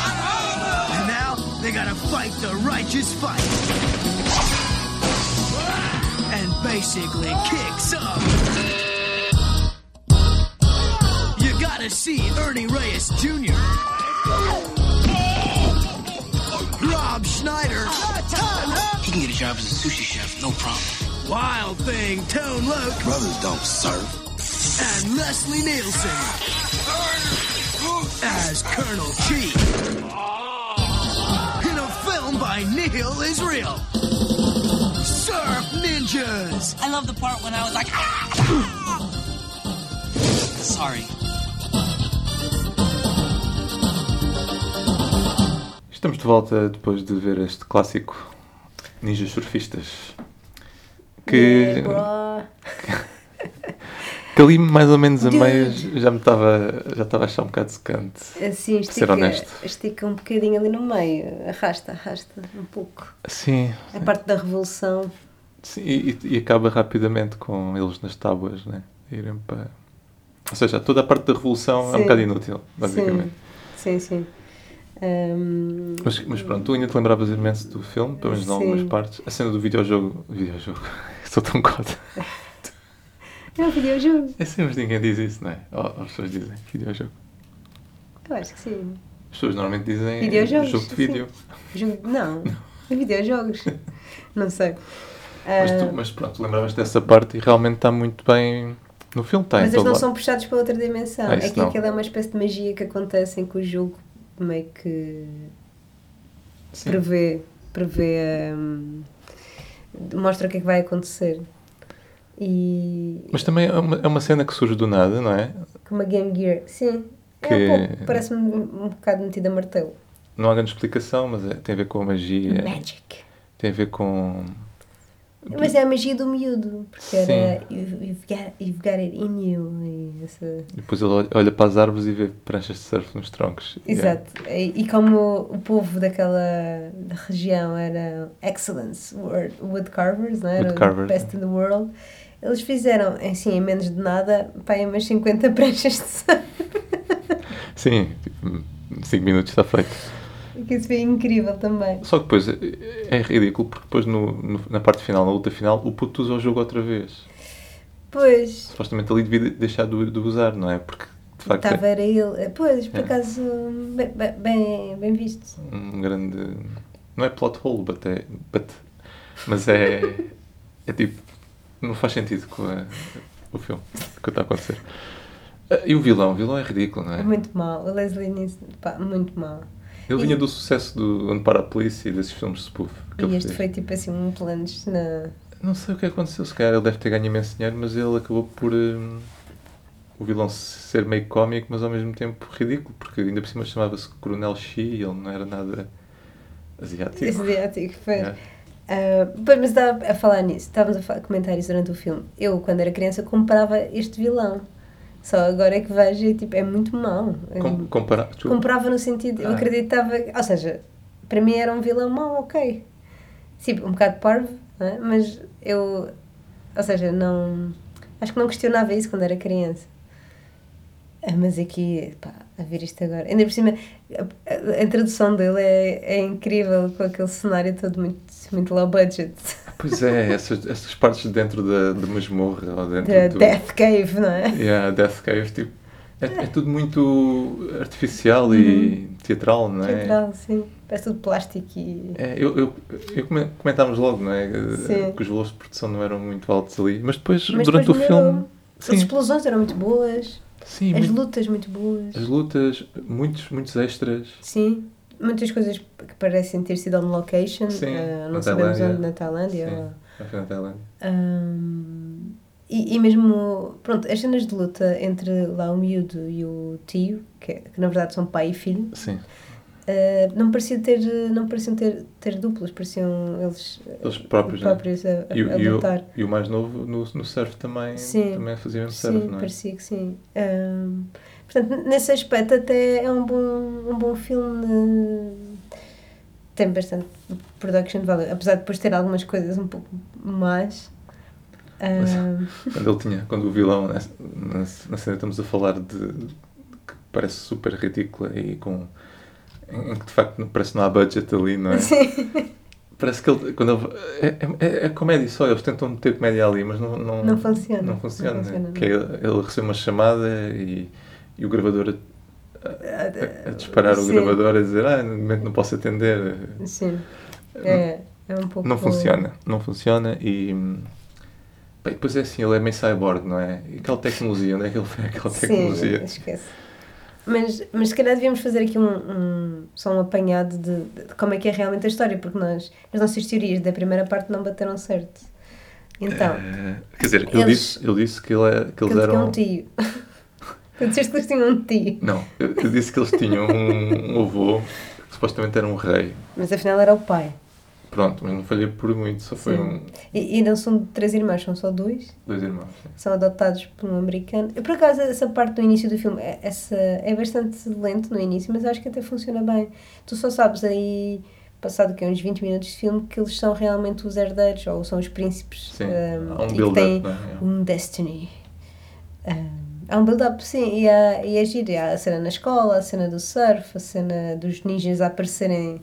And now they gotta fight the righteous fight. And basically kick some. You gotta see Ernie Reyes Jr. Rob Schneider.
He can get a job as a sushi chef, no problem.
Wild Thing Tone Loke.
Brothers don't serve.
and Leslie Nielsen as Colonel Chi in a film by Neil Israel. Surf Ninjas.
I love the part when I was like, ah! Sorry.
Estamos de volta depois de ver este clássico Ninjas Surfistas. Que,
Yeah, bro.
que ali mais ou menos a
Dude.
meio já me estava já estava a achar um bocado secante.
Assim,
ser
estica,
honesto.
estica um bocadinho ali no meio. Arrasta, arrasta um pouco.
Sim,
A parte da revolução.
sim, e, e- e acaba rapidamente com eles nas tábuas, né? Irem para. Ou seja, toda a parte da revolução é um
Sim.
bocado inútil, basicamente.
Sim, sim. sim. Ahm,
Mas, mas pronto, tu ainda te lembravas imenso do filme, pelo menos em algumas
Sim.
partes. A cena do videojogo. Videojogo. Sou tão cota.
é um videojogo.
É sempre ninguém diz isso, não é? Ou, ou as pessoas dizem videojogo.
Eu acho que sim.
As pessoas normalmente dizem
Videojogos,
jogo de
sim.
vídeo.
Jogo, não, videojogos. Não sei.
Mas,
Ah.
tu, mas pronto, lembravas dessa parte e realmente está muito bem no filme. Está em
Mas eles
todo
não
lado.
são puxados para outra dimensão.
Ah, então isso
é que
não.
aquilo é uma espécie de magia que acontece em que o jogo meio que
Sim.
prevê, prevê hum, mostra o que é que vai acontecer. E
Mas também é uma, é uma cena que surge do nada, não é?
com uma Game Gear, sim, é
Que-
um pouco, parece-me um um bocado metido a martelo.
Não há grande explicação, mas é- tem a ver com a magia.
Magic.
Tem a ver com.
Mas é a magia do miúdo, porque era you've, you've got, you've got it in you. E essa-
E depois ele olha- olha para as árvores e vê pranchas de surf nos troncos. E é-
Exato. E, e como o povo daquela região era excellence word- wood carvers, não é? era
Wood carvers,
o best in the world, eles fizeram, assim, em menos de nada, pá, aí umas 50 pranchas de surf.
Sim, 5 minutos está feito.
que isso foi incrível também.
Só que depois é, é ridículo, porque depois no- no- na parte final, na luta final, o puto usa o jogo outra vez.
Pois,
Supostamente ali devia de- deixar de, de usar, não é? Porque de facto
estava
é
era ele. Pois, por
É.
acaso, bem, bem- bem, bem visto.
um grande. Não é plot hole, but é- but- mas é. é tipo. Não faz sentido com a- o filme o que está a acontecer. Ah, E o vilão? O vilão é ridículo, não é?
Muito mal. O Leslie Nielsen, pá, muito mal.
Ele vinha do sucesso do Onde Para a Polícia e desses filmes de spoof. que ele
E este
fez.
foi tipo assim um plano na.
Não sei o que aconteceu, se calhar ele deve ter ganho imenso dinheiro, mas ele acabou por hum, o vilão ser meio cómico, mas ao mesmo tempo ridículo, porque ainda por cima chamava-se Coronel Xi e ele não era nada asiático.
Asiático, foi.
É.
Ah, pois, mas estava a falar nisso, estávamos a fa- comentar isso durante o filme. Eu, quando era criança, comprava este vilão. Só agora é que vejo, é, tipo, é muito mau. É
Com, comparar, tu,
comprava no sentido, eu
Ah.
acreditava, ou seja, para mim era um vilão mau, ok. Tipo, um bocado parvo, não é? mas eu, ou seja, não, acho que não questionava isso quando era criança. Ah, Mas aqui, pá, a ver isto agora, ainda por cima, a, a- a tradução dele é, é incrível com aquele cenário todo muito, muito low budget,
Pois é, essas, essas partes dentro da, da masmorra ou dentro
da
do.
Death Cave, não é?
Yeah, Death Cave, tipo, é, é tudo muito artificial e
Uhum.
teatral, não é?
Central, sim, parece tudo plástico e...
É, eu, eu, eu come- comentámos logo, não é? que-
Sim.
Que os valores de produção não eram muito altos ali, mas depois,
Mas
durante
depois
o
melhorou.
filme. Sim,
As explosões eram muito boas.
sim,
As
muito-
lutas muito boas.
as lutas, muitos, muitos extras.
Sim. Muitas coisas que parecem ter sido on location,
Sim,
eh,
na
não sabemos
Tailândia.
onde, na Tailândia.
Sim,
ou-
afinal, até lá.
Ahm, e, e mesmo, pronto, as cenas de luta entre lá o miúdo e o tio, que, é- que na verdade são pai e filho,
Sim,
eh, não pareciam ter, não pareciam ter, ter duplos, pareciam eles eh,
eles próprios, não é?
próprios a, a-
E, o-
a
e, o,
lutar.
e o mais novo no, no surf também,
Sim.
também fazia mesmo surf,
Sim,
não é?
parecia que sim. Ahm, portanto, n- nesse aspecto até é um bom, um bom filme. eh, Tem bastante production value, apesar de depois ter algumas coisas um pouco más. Ahm,
Quando ele tinha, quando o vilão, na, na, na cena estamos a falar de, de que parece super ridícula e com em, em que de facto não- parece que não há budget ali, não é? Parece que ele, quando ele, é, é, é comédia só, eles tentam meter comédia ali, mas não, não,
Não funciona.
Não funciona,
Não funciona,
que é ele, ele recebe uma chamada e, e o gravador a, a- a disparar o
Sim.
gravador a dizer, ah, no momento não posso atender,
sim. É, é um pouco.
não funciona, não funciona e. hum, Bem, depois é assim, ele é meio cyborg, não é? E aquela tecnologia, onde é que ele foi aquela
Sim,
tecnologia?
esquece. Mas, mas se calhar devíamos fazer aqui um, um- só um apanhado de, de como é que é realmente a história, porque nós, as nossas teorias da primeira parte não bateram certo. Então.
Eh, quer dizer, ele,
Eles-
disse, ele disse que, ele é, que eles
Que eles
eram.
tinham um tio. tu disseste que eles tinham um tio.
Não, eu, eu disse que eles tinham um, um avô que supostamente era um rei.
Mas afinal era o pai.
Pronto, mas não falhei por muito, só foi
Sim.
um,
E, e não são três irmãos, são só dois.
dois irmãos. sim.
São adotados por um americano. Eu, por acaso, essa parte do início do filme é, essa, é bastante lento no início, mas acho que até funciona bem. Tu só sabes aí, passado que é uns 20 minutos de filme, que eles são realmente os herdeiros, ou são os príncipes.
Sim,
ehm,
há um
e que
build-up,
têm
não é?
Um destiny. Ehm, há um build-up, sim, e, há, e é giro. E Há a cena na escola, a cena do surf, a cena dos ninjas a aparecerem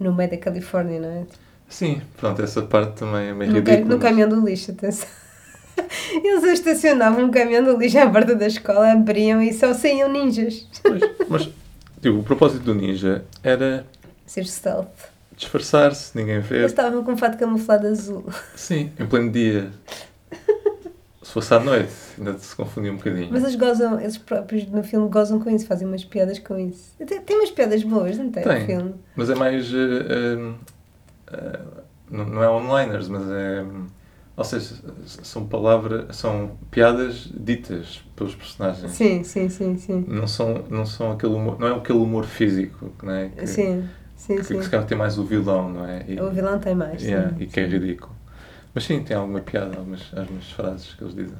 no meio da Califórnia, não é?
Sim, pronto, essa parte também é meio
No, ca-
ridícula.
no
mas-
caminhão do lixo, atenção. Eles estacionavam um caminhão do lixo à porta da escola, abriam e só saíam ninjas.
Pois, mas, tipo, o propósito do ninja era
Ser stealth.
disfarçar-se, ninguém vê.
Eles estavam com um fato camuflado azul.
Sim, em pleno dia. Se fosse à noite, ainda se confundia um bocadinho.
Mas eles gozam, eles próprios no filme gozam com isso, fazem umas piadas com isso. Até- Tem umas piadas boas, não tem? O
Tem,
filme.
mas é mais. eh, eh, eh, não não é onliners, mas é. hum, Ou seja, são palavras. São piadas ditas pelos personagens.
Sim, sim, sim, sim.
Não, são, não, são aquele humor, não é aquele humor físico não é? que,
Sim, sim,
que,
sim.
que se calhar tem mais o vilão, não é? E,
O vilão tem mais. sim.
yeah, e que é ridículo. Mas sim, tem alguma piada, algumas, algumas frases que eles dizem.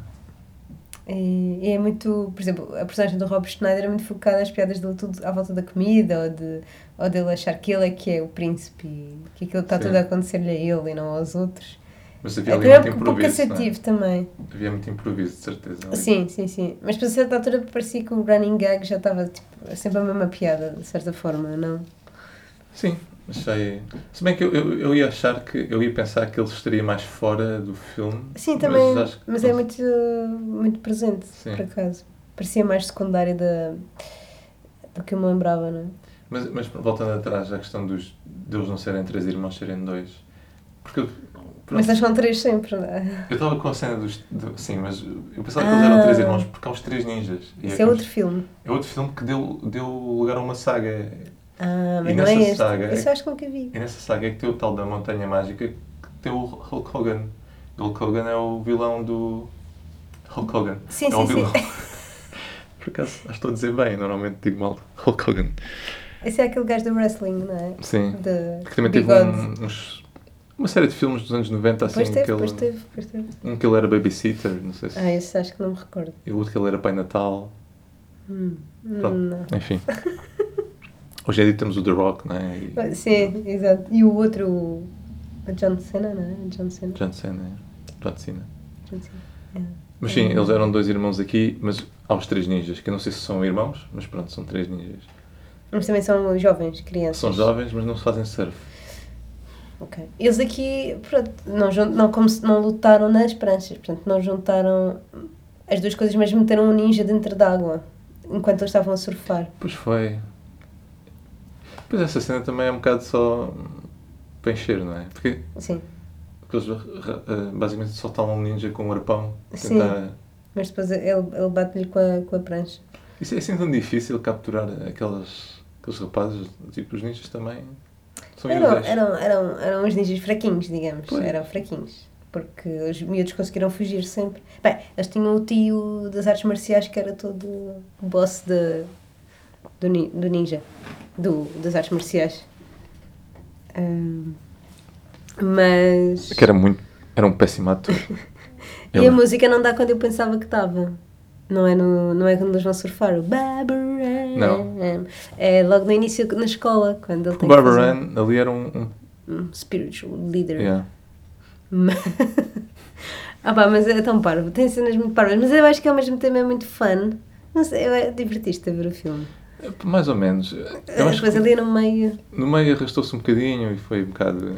E, e é muito, por exemplo, a personagem do Rob Schneider é muito focada nas piadas dele tudo à volta da comida ou, de, ou dele achar que ele é que é o príncipe e que aquilo está
Sim.
tudo a acontecer-lhe a ele e não aos outros.
Mas havia
É
ali
que é
muito
um pouco
improviso. não é?
cansativo também.
Havia muito improviso, de certeza. é? ali.
Sim, sim, sim. Mas para certa altura parecia que o running gag já estava tipo, sempre a mesma piada, de certa forma, não?
Sim, achei. Se bem que eu, eu, eu ia achar que. Eu ia pensar que ele estaria mais fora do filme.
Sim, também,
acho
mas,
que
é
não-
muito, muito presente,
Sim.
por acaso. Parecia mais secundário da, do que eu me lembrava, não é?
Mas, mas voltando atrás à questão dos, deles não serem três irmãos, serem dois. Porque eu.
Mas
pronto,
eles são três sempre, não é?
Eu estava com a cena dos. do- sim, mas eu pensava que eles eram
Ah.
três irmãos porque há os três ninjas. E
Isso é
como-
outro filme.
é outro filme que deu, deu lugar a uma saga.
Ah,
E
mas não é
nessa
este.
saga-
Isso eu acho que nunca vi.
E nessa saga é que tem o tal da Montanha Mágica que tem o Hulk Hogan. Hulk Hogan é o vilão do. Hulk Hogan.
Sim,
é
sim,
o
sim.
vilão. Por acaso, acho que estou a dizer bem, normalmente digo mal. Hulk Hogan.
Esse é aquele gajo do wrestling, não é?
Sim.
De
Que também teve
bigode.
um- uns. Uma série de filmes dos anos 90, assim,
Pois
em
teve,
que ele-
pois teve, pois teve.
um que ele era babysitter, não sei se.
Ah, esse acho que não me recordo. Hum,
E o outro que ele era pai natal. Pronto, enfim. Hoje em dia temos o The Rock, né? E
Ah, Sim, exato. E o outro, o o John Cena, não é? O John Cena.
John Cena. John Cena.
John Cena.
Mas sim, eles eram dois irmãos aqui, mas há os três ninjas, que eu não sei se são irmãos, mas pronto, são três ninjas.
Mas também são jovens, crianças.
São jovens, mas não se fazem surf.
Ok. Eles aqui, pronto, não, jun- não, como se- não lutaram nas pranchas, portanto, não juntaram as duas coisas, mas meteram um ninja dentro d'água enquanto eles estavam a surfar.
Pois foi. Pois essa cena também é um bocado só hum, para encher, não é? Porque,
Sim,
porque eles ra- eh, basicamente soltaram um ninja com um arpão.
Sim.
Tentar...
mas depois ele, ele bate-lhe com a, com a prancha.
Isso é assim tão difícil capturar aquelas, aqueles rapazes, tipo os ninjas também. São
Eram,
inúteis.
eram, eram, eram uns ninjas fraquinhos, digamos.
Pois.
Eram fraquinhos. Porque os miúdos conseguiram fugir sempre. Bem, eles tinham o tio das artes marciais que era todo o boss de, do, ni- do ninja. Do, das artes marciais. Ahm, mas.
É Que era muito. Era um péssimo ator.
E a música não dá quando eu pensava que estava. Não é, no, não é quando eles vão surfar. O Barbaran.
Não.
É logo no início, na escola, quando ele
O
tem que fazer
Barbara Ann ali era um. um-
um spiritual leader.
yeah.
Mas- ah pá, mas é tão parvo, tem cenas muito parvas, mas eu acho que ao mesmo tempo é muito fun. Não sei, eu- é divertiste a ver o filme.
Mais ou menos. Eu acho
Depois
que
ali no meio.
no meio arrastou-se um bocadinho e foi um bocado.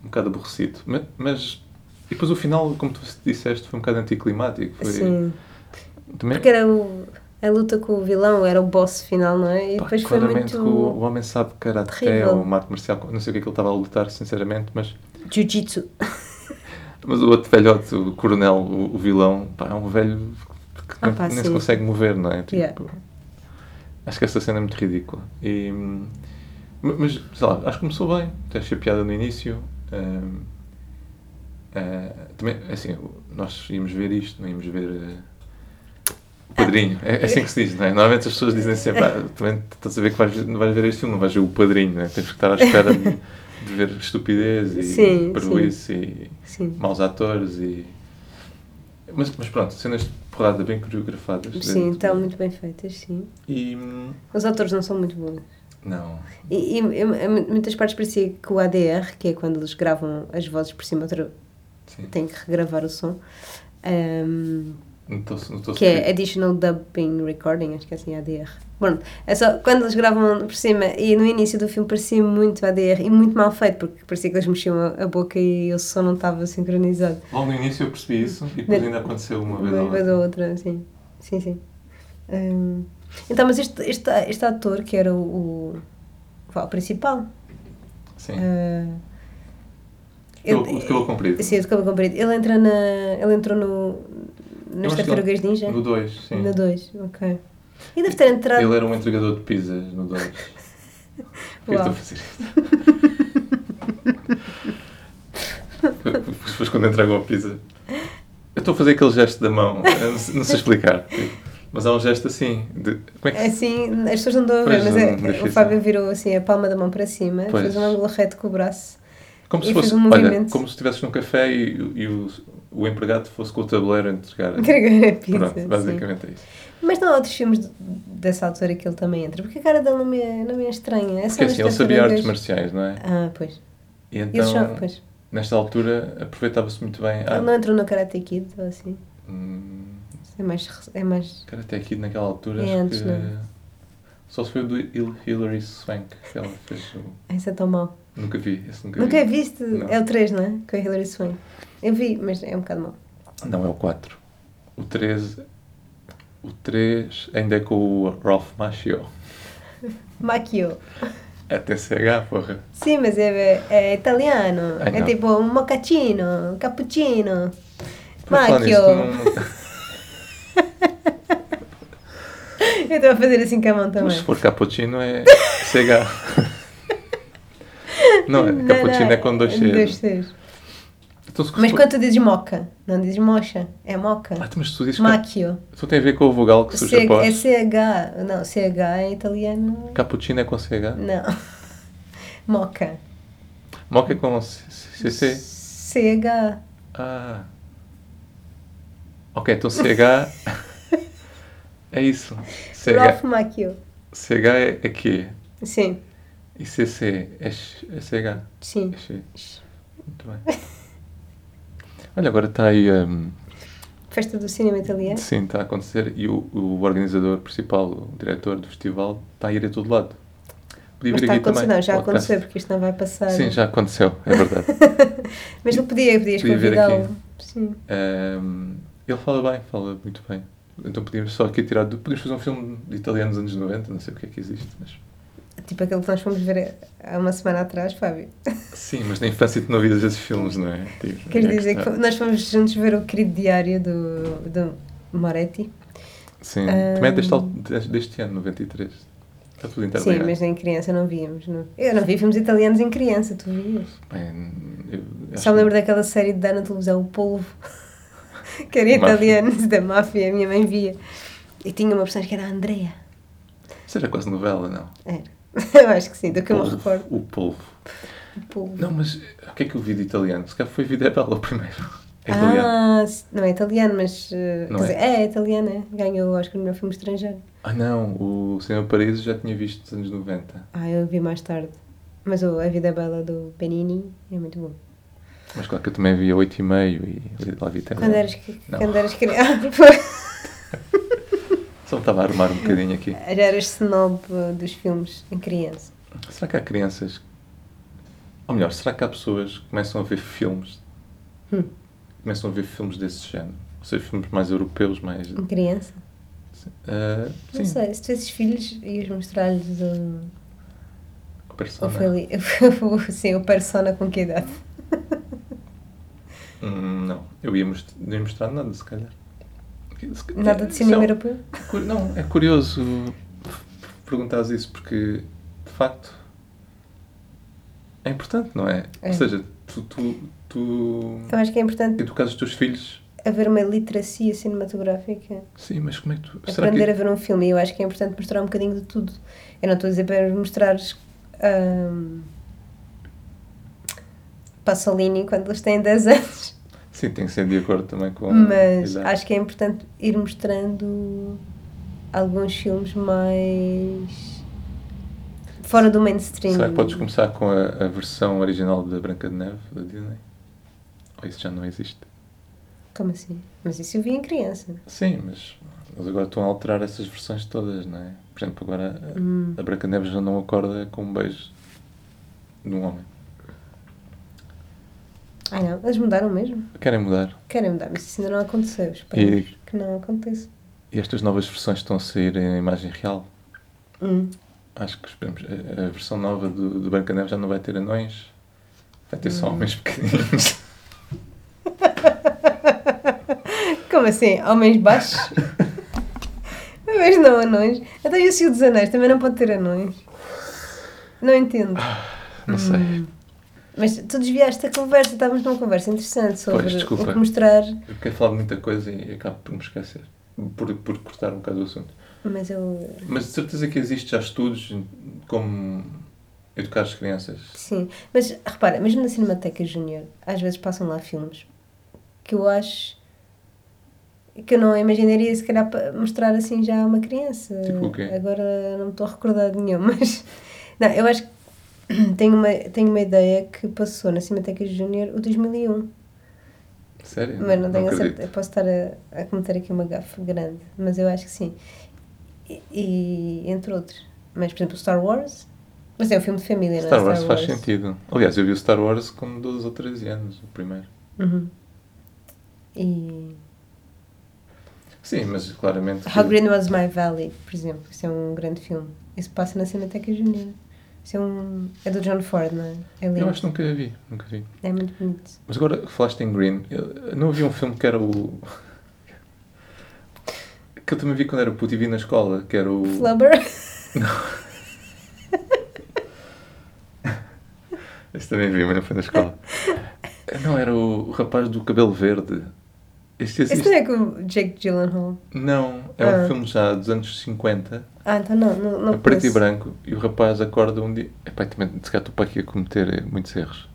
um bocado aborrecido. Ma- Mas. e depois o final, como tu disseste, foi um bocado anticlimático. Foi,
Sim.
Também,
assim, Porque era o- a luta com o vilão, era o boss final, não é? E
pá,
depois foi
claramente
muito.
que o, o homem sabe que era até
terrível.
o mato marcial. Não sei o que é que ele estava a lutar, sinceramente, mas.
Jiu-jitsu.
Mas o outro velhote, o coronel, o, o vilão, pá, é um velho que
Ah, pá,
nem se
sim.
consegue mover, não é? Tipo,
Yeah.
Acho que essa cena é muito ridícula. E, hum, ma- mas, sei lá, acho que começou bem. Até achei piada no início. hum, ah, também, assim, o- nós íamos ver isto, não íamos ver. eh, o Padrinho, é, é assim que se diz, não é? Normalmente as pessoas dizem sempre, ah, também estás a ver que vais, ver- não vais ver este filme, não vais ver o Padrinho, não é? Tens que estar à espera de, de ver estupidez e
Sim,
prejuízo e
Sim.
maus atores e. Mas, mas pronto, cenas de porrada bem coreografadas.
Sim,
dentro
estão
do-
muito bem feitas, sim.
E. hum,
Os atores não são muito bons.
Não.
E, e, em- em muitas partes parecia que o ADR, que é quando eles gravam as vozes por cima, outra-
Sim.
têm que regravar o som. Ahm,
Não estou não tô
que é Additional Dubbing Recording, acho que é assim, ADR. Bom, é só quando eles gravam por cima e no início do filme parecia muito ADR e muito mal feito, porque parecia que eles mexiam a, a boca e o som não estava sincronizado.
Logo no início eu percebi isso e depois ainda aconteceu uma vez. ou
Uma vez
outra.
ou outra, sim. Sim, sim. Hum, então, mas este, este, este ator, que era o, o, vá, o principal,
Sim.
ah,
Eu- o de cabelo comprido.
eh, Sim, é o de cabelo comprido. Ele, entra na, ele entrou no,
Eu
nas
acho que ele-
Tartarugas Ninja?
No 2, sim.
Na 2, ok. E deve ter entrado.
Ele era um entregador de pizzas no 2. Por é que eu estou
Uau.
a fazer isto? Depois quando entregou a pizza. Eu estou a fazer aquele gesto da mão, eu não sei não sei explicar. Mas há um gesto assim. de- Como é que
É Assim, as pessoas não estão a ver,
Pois,
mas
é
é,
difícil.
o Fábio virou assim a palma da mão para cima,
Pois.
fez um ângulo reto com o braço.
Como se
E fez
fosse,
um
olha,
movimento.
como se estivesses num café e, e o, o empregado fosse com o tabuleiro a entregar.
Entregar a pizza.
Pronto,
sim.
basicamente é isso.
Mas não há outros filmes de- dessa altura que ele também entra, porque a cara dele não me é, não me é estranha. É só
Porque
nas
assim, ele sabia
tartarugas.
artes marciais, não é?
Ah, pois.
E
E eles
então,
só, pois.
nesta altura, aproveitava-se muito bem. Ah,
Ele não entrou no Karate Kid ou assim.
hum,
É mais. rec- É mais...
cara, até aqui naquela altura,
É,
acho
antes
que.
não.
Só se foi o do Hil- Hilary Swank que ela fez. o-
Ah, Isso é tão mau.
Nunca vi, esse nunca
Nunca
vi.
viste?
Hum. Não.
É o 3, não é? Com a Hilary Swank. Eu vi, mas é um bocado mau.
Não, é o 4. O 13. O 3 ainda é com o Ralph Macchio.
Maquio.
É TCH, porra.
Sim, mas é, é italiano.
Ai,
é
Ah, não.
tipo um moccacino, um cappuccino.
Por falar nisso,
Macchio.
tu não-
Eu estou a fazer assim com a mão também.
Mas se for cappuccino é cega. não, é,
Não,
cappuccino
não,
é com dois
dois
cheiros.
Cs.
Então, se
Mas
for-
quando tu dizes moca, não dizes mocha, é moca.
Ah, tu- mas tu dizes que...
Macchio.
Então tem a ver com o vogal que surge
C- é
após.
CH. Não, CH é italiano.
Cappuccino é com cega.
Não. Moca.
Moca é com C- C- CC.
CH.
Ah. Ok, então CH. é isso.
Ralph
CH,
Macchio.
CH é, é Q.
Sim,
E CC é, X- é CH.
sim.
É X. Muito bem. Olha, agora está aí. hum,
Festa do cinema italiano.
Sim, está a acontecer. E o, o organizador principal, o diretor do festival, está a ir a todo lado. Podia
Mas
vir
está a
aqui
acontecer,
também,
não, já
podcast.
aconteceu, porque isto não vai passar.
Sim, já aconteceu, é verdade.
Mas ele podia, podias
Podia vir
convidá-lo. Sim.
Ahm, ele fala bem, fala muito bem. Então podíamos só aqui tirar. Do... Podíamos fazer um filme de italiano dos anos 90, não sei o que é que existe, mas.
Tipo aquele que nós fomos ver há uma semana atrás, Fábio.
Sim, mas na infância tu não vias esses filmes, não é? Tipo,
Queres
é que
dizer que
está.
fomos- nós fomos juntos ver o querido diário do, do Moretti.
Sim, também é deste, al-
Ahm.
des- deste ano, 93. Está tudo
Sim,
interligado.
mas nem criança não víamos. Não. Eu não vi filmes italianos em criança, tu vias.
Bem, eu acho
Só me
que-
lembro daquela série de dar na televisão O Polvo, que era
Máfia.
italianos da máfia, a minha mãe via. E tinha uma personagem que era a Andrea.
Isso era quase novela, não?
Era. Eu acho que sim, do que eu me
Polvo,
recordo.
O polvo.
O Polvo.
Não, mas eh, o que é que eu vi de italiano? Se calhar foi Vida é Bela primeiro. É italiano.
Ah, s- não é italiano, mas. eh,
Não
quer
é?
dizer, é, é italiano, é. Ganhou o Oscar no melhor filme estrangeiro.
Ah, não, o Senhor Paraíso já tinha visto nos anos 90.
Ah, eu vi mais tarde. Mas o A Vida é Bela do Benini é muito bom.
Mas claro que eu também via 8 e meio e lá vi até.
Quando eras, cri-
Não.
quando eras criança.
Só me estava a armar um bocadinho aqui.
Já eras snob eh, dos filmes em criança.
Será que há crianças. Ou melhor, será que há pessoas que começam a ver filmes.
Hum.
Começam a ver filmes desse género? Ou seja, filmes mais europeus, mais.
Em criança?
Ah,
Hum. Não
sim,
sei, se tivesses filhos, ias mostrar-lhes o. Ou
persona.
foi ali. o- Sim, o persona com que idade?
Hum, não, eu ia most- não ia mostrar nada, se calhar. Se ca-
Nada de
isso é
cinema
um-
europeu?
Cu- Não, é curioso perguntares isso porque de facto é importante, não é?
É.
Ou seja, tu, tu, tu
Eu acho que é importante
educas os teus filhos,
haver uma literacia cinematográfica.
sim, mas como é que tu. Será
aprender
que,
a ver um filme. E eu acho que é importante mostrar um bocadinho de tudo. Eu não estou a dizer para mostrares hum, ahm, Pasolini quando eles têm 10 anos,
Sim, tem que ser de acordo também com. a
mas
idade.
acho que é importante ir mostrando alguns filmes mais fora do mainstream.
Será que podes começar com a, a versão original da Branca de Neve da Disney? Ou isso já não existe?
Como assim? Mas isso eu vi em criança.
Sim, mas eles agora estão a alterar essas versões todas, não é? Por exemplo, agora a-
Hum.
a Branca de Neve já não acorda com um beijo de um homem.
Ah não, eles mudaram mesmo.
Querem é mudar.
Querem mudar, mas isso ainda não aconteceu. Esperemos que não aconteça.
E estas novas versões estão a sair em imagem real.
Hum.
Acho que esperemos. A, a versão nova do, do Branca de Neve já não vai ter anões. Vai ter só homens pequeninos.
Como assim? Homens baixos? Mas não, anões. Até e o Senhor dos Anões também não pode ter anões. Não entendo.
Não
Hum.
sei.
Mas tu desviaste a conversa, estávamos numa conversa interessante sobre
Pois, desculpa.
o que mostrar.
Eu quero falar de muita coisa e acabo por me esquecer. Por, por cortar um bocado o assunto.
Mas eu.
Mas de certeza que existem já estudos em como educar as crianças.
Sim. Mas repara, mesmo na Cinemateca Júnior, às vezes passam lá filmes que eu acho que eu não imaginaria se calhar pa- mostrar assim já a uma criança.
Tipo o quê?
Agora não me estou a recordar de nenhum, mas não, eu acho que tenho uma, tenho uma ideia que passou na Cinemateca Júnior o 2001,
Sério?
mas não tenho a
acredito.
certeza, posso estar a, a cometer aqui uma gafe grande, mas eu acho que sim. E, e entre outros, mas por exemplo, Star Wars, mas é um filme de família, não é?
Star Wars faz sentido. Aliás, eu vi o Star Wars com 12 ou 13 anos, o primeiro.
Uhum. E
Sim, mas claramente. que-
How Green Was My Valley, por exemplo, isso é um grande filme. Isso passa na Cinemateca Júnior. Isso é um. É do John Ford, não é? É
Eu
lindo.
acho que nunca vi, nunca vi.
É muito bonito.
Mas agora que falaste em Green, eu- não havia um filme que era o. que eu também vi quando era puto e vi na escola, que era o.
Flubber.
Esse também vi, mas não foi na escola. não, era o, o rapaz do cabelo verde. Este
Isso
existe.
não é com o Jake Gyllenhaal.
Não, é um
Ah.
filme já dos anos 50,
Ah, então não, não, não
a É preto e
conheço.
branco, e o rapaz acorda um dia. Epá, também, se calhar estou para aqui a cometer eh, muitos erros.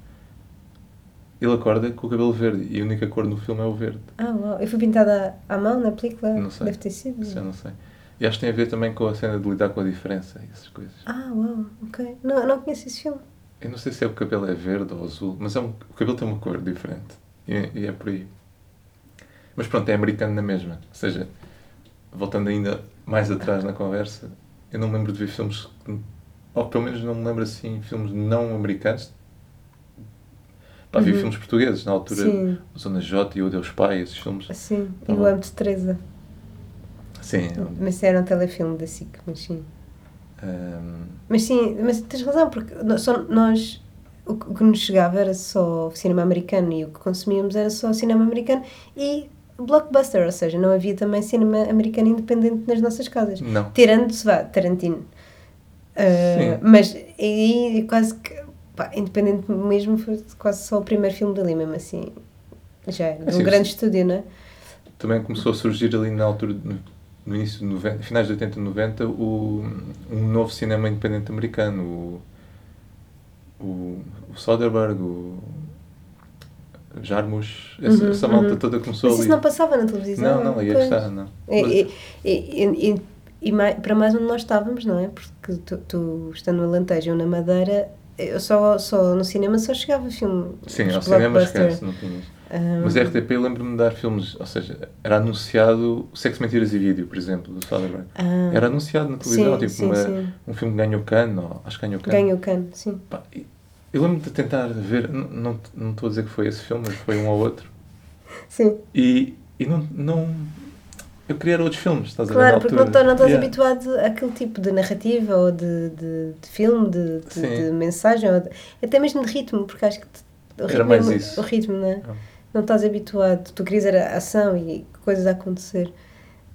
ele acorda com o cabelo verde e a única cor no filme é o verde.
Ah, uau. Eu fui pintada à mão na película?
Não sei.
Deve ter sido.
Isso eu não sei. E acho que tem a ver também com a cena de lidar com a diferença e essas coisas.
Ah, uau, ok. Não, não conheço esse filme.
Eu não sei se é o cabelo é verde ou azul, mas é um- o cabelo tem uma cor diferente. E, e é por aí. Mas pronto, é americano na mesma. Ou seja, voltando ainda mais atrás na conversa, eu não me lembro de ver filmes, que- ou pelo menos não me lembro assim, filmes não americanos. Pá, vi filmes portugueses na altura,
Sim.
Zona J e O Deus Pai, esses filmes.
Sim,
Tá
e o
bom.
Amo de Teresa.
Sim,
Mas era um telefilme da SIC, mas sim.
hum,
Mas sim, mas tens razão, porque no- só nós. O que o que nos chegava era só cinema americano e o que consumíamos era só cinema americano e blockbuster, ou seja, não havia também cinema americano independente nas nossas casas.
Não.
Tirando-se, vá, Tarantino. Ah,
Sim.
mas aí quase que. Pá, independente mesmo, foi quase só o primeiro filme dali, mesmo assim. Já era. De um
Assim,
grande
sim.
estúdio, não é?
também começou a surgir ali na altura, no, no início de 90, finais de 80 e 90, o, um novo cinema independente americano. O, o, o Soderbergh, o Jarmusch, essa, essa malta toda começou
Uhum, Mas isso
ali.
não passava na televisão.
não, não, aí é que
pois.
está, não. Mas-
E, e, é, e, e, e mai- para mais onde nós estávamos, não é? Porque tu, tu estando no Alentejo ou na Madeira, eu só, só no cinema só chegava filme.
Sim,
os
ao cinema
blockbuster. Uhum.
esquece, não tinhas. Mas a RTP lembro-me de dar filmes, ou seja, era anunciado o Sexo, Mentiras e Vídeo, por exemplo, do Soderbergh.
Ah.
Era anunciado na televisão,
Sim,
tipo
sim,
uma-
sim.
um filme que ganhou Cannes, ou acho que ganhou Cannes.
Ganha o cano, sim.
Pá, e- Eu lembro de tentar ver, n- não não estou a dizer que foi esse filme, mas foi um ou outro.
Sim.
E, e não, não. Eu queria era outros filmes, estás a ver?
Claro,
na
porque não,
altura.
tá- não estás
Yeah.
habituado àquele tipo de narrativa ou de, de, de filme, de, de-
Sim.
de mensagem, ou de- até mesmo de ritmo, porque acho que te- o ritmo,
mais
é mu-
isso.
o ritmo não é?
Ah.
Não estás habituado, tu querias era ação e coisas a acontecer.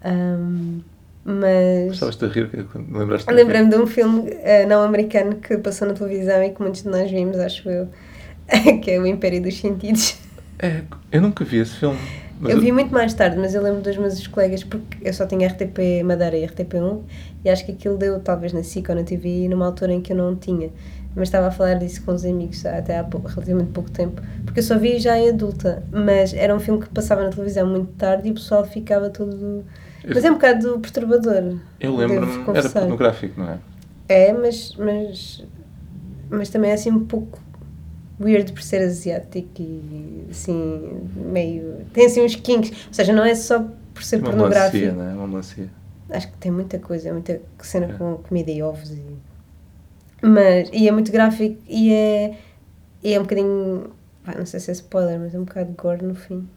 Ahm, mas.
Gostavas de rir que- quando lembraste de-
Lembrei-me de um filme eh, não americano que passou na televisão e que muitos de nós vimos, acho eu, que é O Império dos Sentidos.
É, eu nunca vi esse filme. mas
eu vi muito mais tarde, mas eu lembro dos meus colegas, porque eu só tinha RTP Madeira e RTP1, e acho que aquilo deu talvez na SIC ou na TV numa altura em que eu não tinha. Mas estava a falar disso com os amigos há- até há pou- relativamente pouco tempo, porque eu só vi já em adulta, mas era um filme que passava na televisão muito tarde e o pessoal ficava todo.
Eu-
Mas é um bocado perturbador. devo
Eu lembro-me, era
confessar.
pornográfico, não é?
É, mas, mas, mas também é assim um pouco weird por ser asiático e assim meio. Tem assim uns kinks. Ou seja, não é só por ser
Uma melancia,
pornográfico.
não é? Uma melancia.
Acho que tem muita coisa, muita cena
É.
com comida e ovos e. Mas, e é muito gráfico e é, e é um bocadinho. pá, não sei se é spoiler, mas é um bocado gore no fim.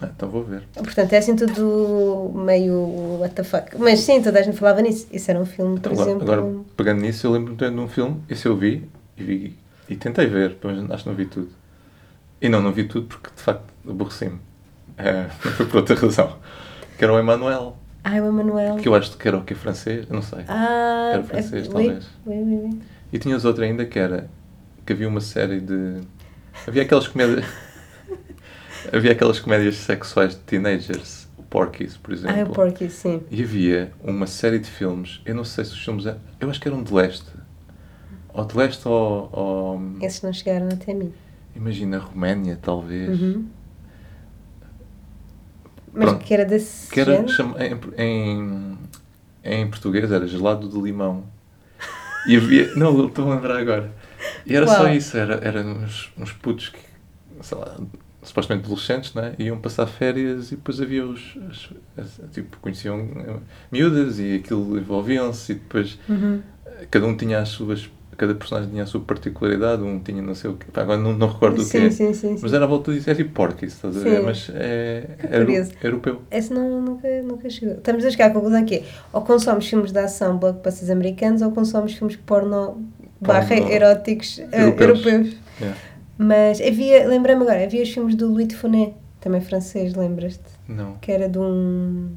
Ah, então vou ver.
Portanto, é assim tudo meio what the fuck. Mas sim, toda a gente falava nisso. Isso era um filme,
Então,
por
agora,
exemplo. um-
agora, pegando nisso, eu lembro-me de um filme, esse eu vi e, vi, e tentei ver, pelo menos acho que não vi tudo. E não, não vi tudo porque de facto aborreci-me. Eh, foi por outra razão. Que era o Emmanuel,
Ai, Ah, o Emanuel.
que eu acho que era o que é francês, eu não sei.
Ah,
Era francês,
é-
talvez.
oui, oui, oui.
E tinhas outra ainda que era que havia uma série de. Havia aquelas comédias. havia aquelas comédias sexuais de teenagers, o Porky's, por exemplo.
Ah, o Porky, sim.
E havia uma série de filmes, eu não sei se os filmes. é- Eu acho que eram de leste. Ou de leste ou. ou-
Esses não chegaram até mim.
imagina, Roménia, talvez.
Uhum. Mas
Pronto.
que era desse
Que era.
género?
chama- Em, em, em português era gelado de limão. E havia. não, eu estou a lembrar agora. E era só
Uau.
isso, era, era uns, uns putos que. sei lá. Supostamente adolescentes, né? Iam passar férias e depois havia os. as- as- tipo, conheciam eh, miúdas e aquilo envolviam-se e depois.
Uhum.
cada um tinha as suas cada personagem tinha a sua particularidade um tinha não sei o que agora não, não recordo
Sim,
o que
sim, sim, sim.
mas era a volta disso é tipo porquis estás a ver
Sim.
mas é,
Que
é euro-
curioso.
europeu
Esse não, nunca, nunca chegou. Estamos a chegar à conclusão que é, ou consomos filmes de ação blockbusters americanos ou consomos filmes porno, barra eróticos eh,
Europeus.
europeus.
Yeah.
Mas havia, lembrei-me agora, havia os filmes do Louis de Funé, também francês, lembras-te?
não
que era de um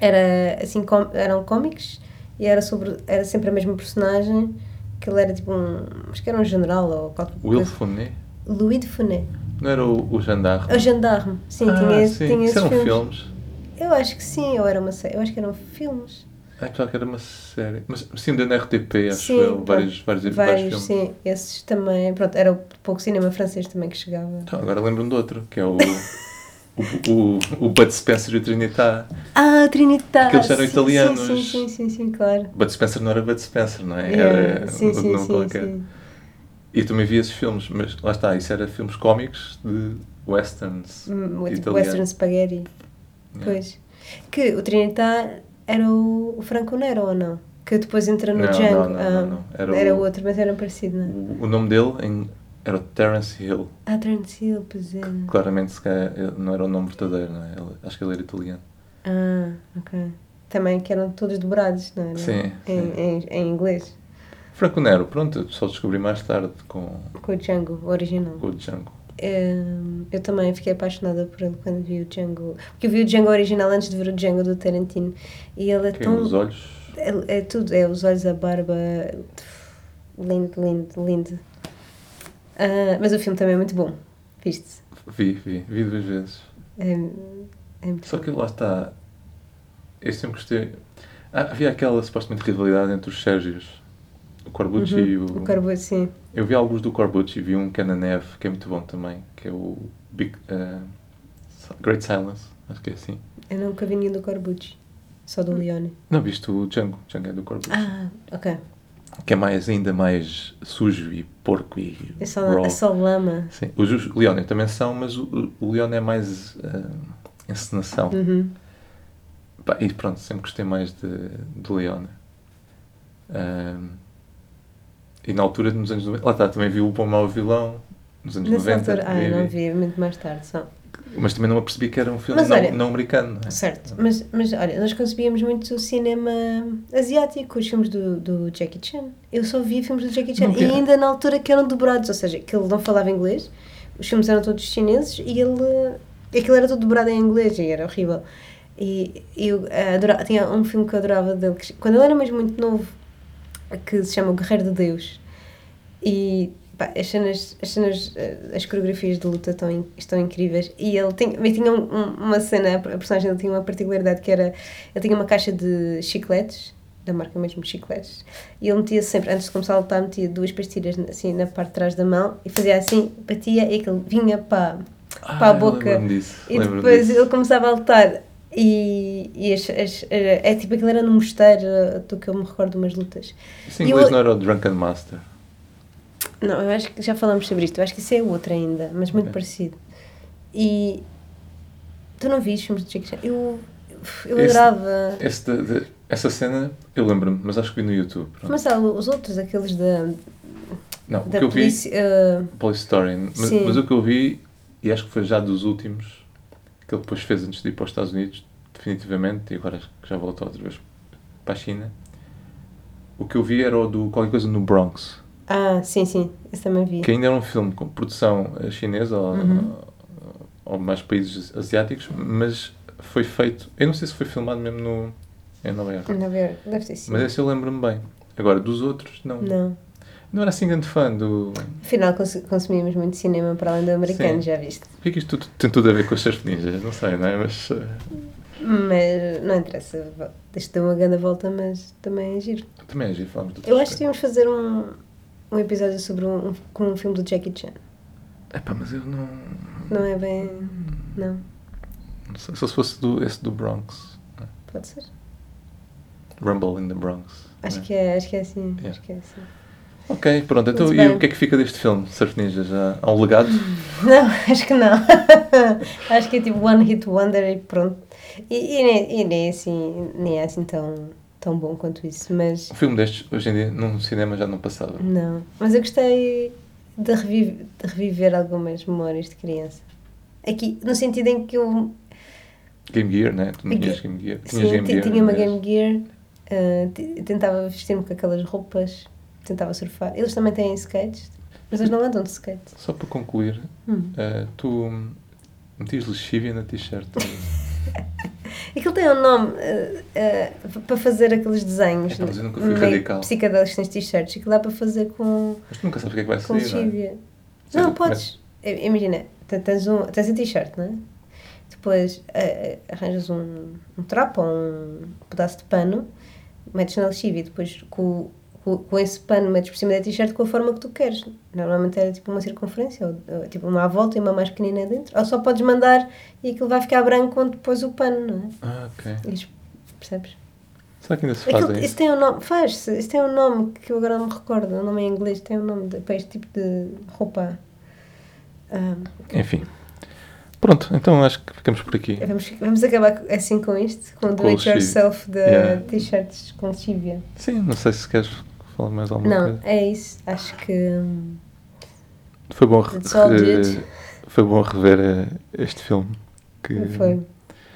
era assim com, eram cómicos e era sobre era sempre a mesma personagem que ele era tipo um acho que era um general ou qualquer
Will
coisa
Funé
Louis de Funé
não era o, o gendarme
o gendarme sim
ah,
tinha, esse-
sim.
tinha
isso
esses
eram
filmes.
filmes,
eu acho que sim ou era uma série eu acho que eram filmes
Ah, claro que era uma série. Mas sim, deu na RTP, acho
Sim,
eu,
pronto.
vários, vários, vários, filmes.
sim. Esses também, pronto, era o pouco cinema francês também que chegava.
Então, agora lembro-me do outro, que é o. o, o, o Bud Spencer e o Trinitá.
Ah, Trinitas!
Aqueles eram
sim,
italianos.
Sim, sim, sim, sim, sim, claro.
Bud Spencer não era Bud Spencer, não é?
Yeah,
Era
sim,
outro
sim,
nome
sim,
qualquer.
sim.
E eu também vi esses filmes, mas lá está, isso era filmes cómicos de westerns.
Hum, Tipo
italianos.
Western Spaghetti.
Yeah.
Pois. Que o Trinitá era o, o Franco Nero ou não? Que depois entra no
Não,
Django.
não, não,
Ah,
não, não. Era
Era
o-
outro, mas era parecido, não é?
O, o nome dele em- era o Terence Hill.
Ah, Terence Hill, pois é.
Claramente, se calhar, ele não era o nome verdadeiro, não é? Ele- acho que ele era italiano.
Ah, ok. Também que eram todos dobrados, não era?
Sim,
Em,
sim.
em, em inglês,
Franco Nero, pronto, eu só descobri mais tarde com,
com o Django original.
com o Django.
Hum, eu também fiquei apaixonada por ele quando vi o Django. Porque eu vi o Django original antes de ver o Django do Tarantino. E ele é
Que
tão.
os olhos.
É, é tudo, é os olhos, a barba. Lindo, lindo, lindo. Ah, mas o filme também é muito bom, viste?
Vi, vi, vi duas vezes.
É, é muito
Só que lá está. Eu sempre gostei. Ah, havia aquela supostamente rivalidade entre os Sérgios. O Corbucci e o.
bom. Uhum, O Corvo, sim.
Eu vi alguns do Corbucci, vi um que é na neve, que é muito bom também, que é o Big, eh, Si- Great Silence, acho que é assim.
Eu nunca vi nenhum do Corbucci, só do Leone.
Não, viste o Django, Django é do Corbucci,
Ah, ok.
que é mais, ainda mais sujo e porco e
É só,
raw.
é só lama.
Sim, os, os Leone também são, mas o, o Leone é mais eh, encenação.
Uhum.
Pá, e pronto, sempre gostei mais de, de Leone. Ahm, e na altura, nos anos 90, lá está, também vi o Bom Mau Vilão, nos anos
Nessa
90.
altura. Ah, eu não vi, muito mais tarde só.
Mas também não apercebi que era um filme
Mas
não,
olha-
não americano. não é?
Certo, mas, mas olha, nós consumíamos muito o cinema asiático, os filmes do, do Jackie Chan. Eu só via filmes do Jackie Chan
Não
e
vi.
ainda na altura que eram dobrados, ou seja, que ele não falava inglês, os filmes eram todos chineses e ele. aquilo era todo dobrado em inglês e era horrível. E eu eh, adorava, tinha um filme que eu adorava dele, que- quando ele era mesmo muito novo, que se chama O Guerreiro de Deus. E pá, as cenas, as, cenas, eh, as coreografias de luta estão, in- estão incríveis. E ele tinha, mas tinha um- um- uma cena, a personagem dele tinha uma particularidade que era: ele tinha uma caixa de chicletes, da marca mesmo Chicletes, e ele metia sempre, antes de começar a lutar, metia duas pastilhas na- assim na parte de trás da mão e fazia assim, batia e aquilo vinha para,
Ah,
para a
eu
boca.
lembro-me disso,
E
lembro-me
depois
disso.
ele começava a lutar. E, e as- as- era- é tipo aquilo era no mosteiro, do que eu me recordo, umas lutas.
Isso
E
em inglês
eu-
não era o Drunken Master.
não, eu acho que já falamos sobre isto. Eu acho que isso é outro ainda, mas muito
Ok.
parecido. E. Tu não viste filmes de Jackie Chan? Eu, eu
Esse-
adorava.
Esse de- de- essa cena eu lembro-me, mas acho que vi no YouTube. pronto.
Mas há os outros, aqueles da,
não, o que
da
eu vi,
polícia. ah,
Police Story. Mas,
Sim.
mas o que eu vi, e acho que foi já dos últimos, que ele depois fez antes de ir para os Estados Unidos, definitivamente, e agora acho que já voltou outra vez para a China. O que eu vi era o do qualquer coisa no Bronx.
ah, sim, sim, esse também vi.
que ainda era um filme com produção eh, chinesa ou, ou mais países asiáticos, mas foi feito. Eu não sei se foi filmado mesmo no, em Nova Iorque,
Ainda ver, deve ter sido.
mas esse eu lembro-me bem. Agora, dos outros, não. não.
Não.
era assim grande fã do.
Afinal, cons consumimos muito cinema para além do americano,
Sim.
já viste.
O que é que isto tudo- tem tudo a ver com os seus ninjas? Não sei, não é? Mas. eh,
Mas não interessa. Isto deu uma grande volta, mas também é giro.
também é giro, falamos do
Eu acho que devíamos fazer um, um episódio sobre um, um- com um filme do Jackie Chan.
Epá, mas eu não.
Não é bem. Não.
não sei, só se fosse do, esse do Bronx. né?
Pode ser?
Rumble in the Bronx.
Acho
né?
que é, acho que é assim.
Yeah.
Acho que é assim.
Ok, pronto. Então,
Muito
e
bem.
o que é que fica deste filme, Surf Ninjas? Há há um legado?
Não, acho que não. acho que é tipo One Hit Wonder e pronto. E, e nem, e nem é assim, nem é assim tão, tão bom quanto isso, mas
Um filme destes, hoje em dia, num cinema já não passava.
não. Mas eu gostei de, reviv- de reviver algumas memórias de criança. Aqui, no sentido em que eu
Game Gear, né? Tu não
Aqui-
tinhas Game Gear. Tinhas
Sim,
Game
ti-
Gear,
tinha uma
mas-
Game Gear, ah, ti- tentava vestir-me com aquelas roupas, tentava surfar. Eles também têm skates, mas eles não andam de skate.
Só para concluir,
Hum.
eh, tu metias lexívia na t-shirt.
Aquilo tem um nome ah, ah, para fazer aqueles desenhos é?
Então, mas eu nunca fui
meio
radical.
psicadélicos nas t-shirts. Aquilo dá para fazer com,
Mas tu nunca sabes o que é que vai
com
sair, não é?
lexívia.
Sim,
Não,
mas-
podes. I- Imagina, te- tens, um, tens a t-shirt, não é? eh, Depois ah, ah, arranjas um, um trapo ou um pedaço de pano metes na lexívia e depois com, com, com esse pano metes por cima da t-shirt com a forma que tu queres. Normalmente era tipo uma circunferência, ou, ou tipo uma à volta e uma mais pequenina dentro. Ou só podes mandar e aquilo vai ficar branco quando depois o pano, não é?
Ah, ok.
Eles- percebes?
Será que ainda se
Aquilo-
fazem
isso tem um nome, faz isso tem um nome que eu agora não me recordo, o nome em inglês, tem um nome de- para este tipo de roupa. Ah,
Enfim. Pronto, então acho que ficamos por aqui.
vamos, vamos acabar co- assim com isto, com o do
Com
it yourself de
lexívia. Yeah.
t-shirts com lexívia.
Sim, não sei se queres falar mais alguma
Não,
coisa.
é isso, acho que hum,
Foi bom, re-
It's all
re-
good.
foi bom rever eh, este filme que
foi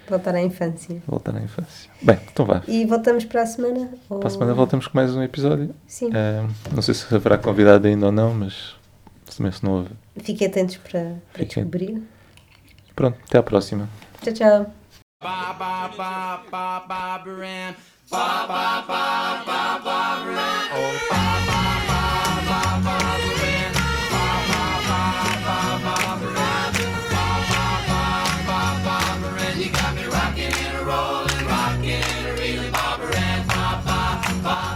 voltar à infância.
voltar à infância. Bem, então vá.
E voltamos para a semana? Ou...
Para a semana voltamos com mais um episódio.
Sim,
Eh, não sei se haverá convidado ainda ou não, mas se também se não houve.
fiquem atentos para, para
Fiquem.
descobrir.
Pronto, até à próxima.
Tchau, tchau.
Ba ba ba ba ba Baran.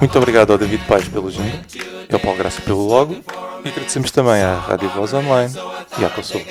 Muito obrigado ao David Paes pelo jingle e ao Paulo Graça pelo logo. E agradecemos também à Rádio Voz Online e à Consul.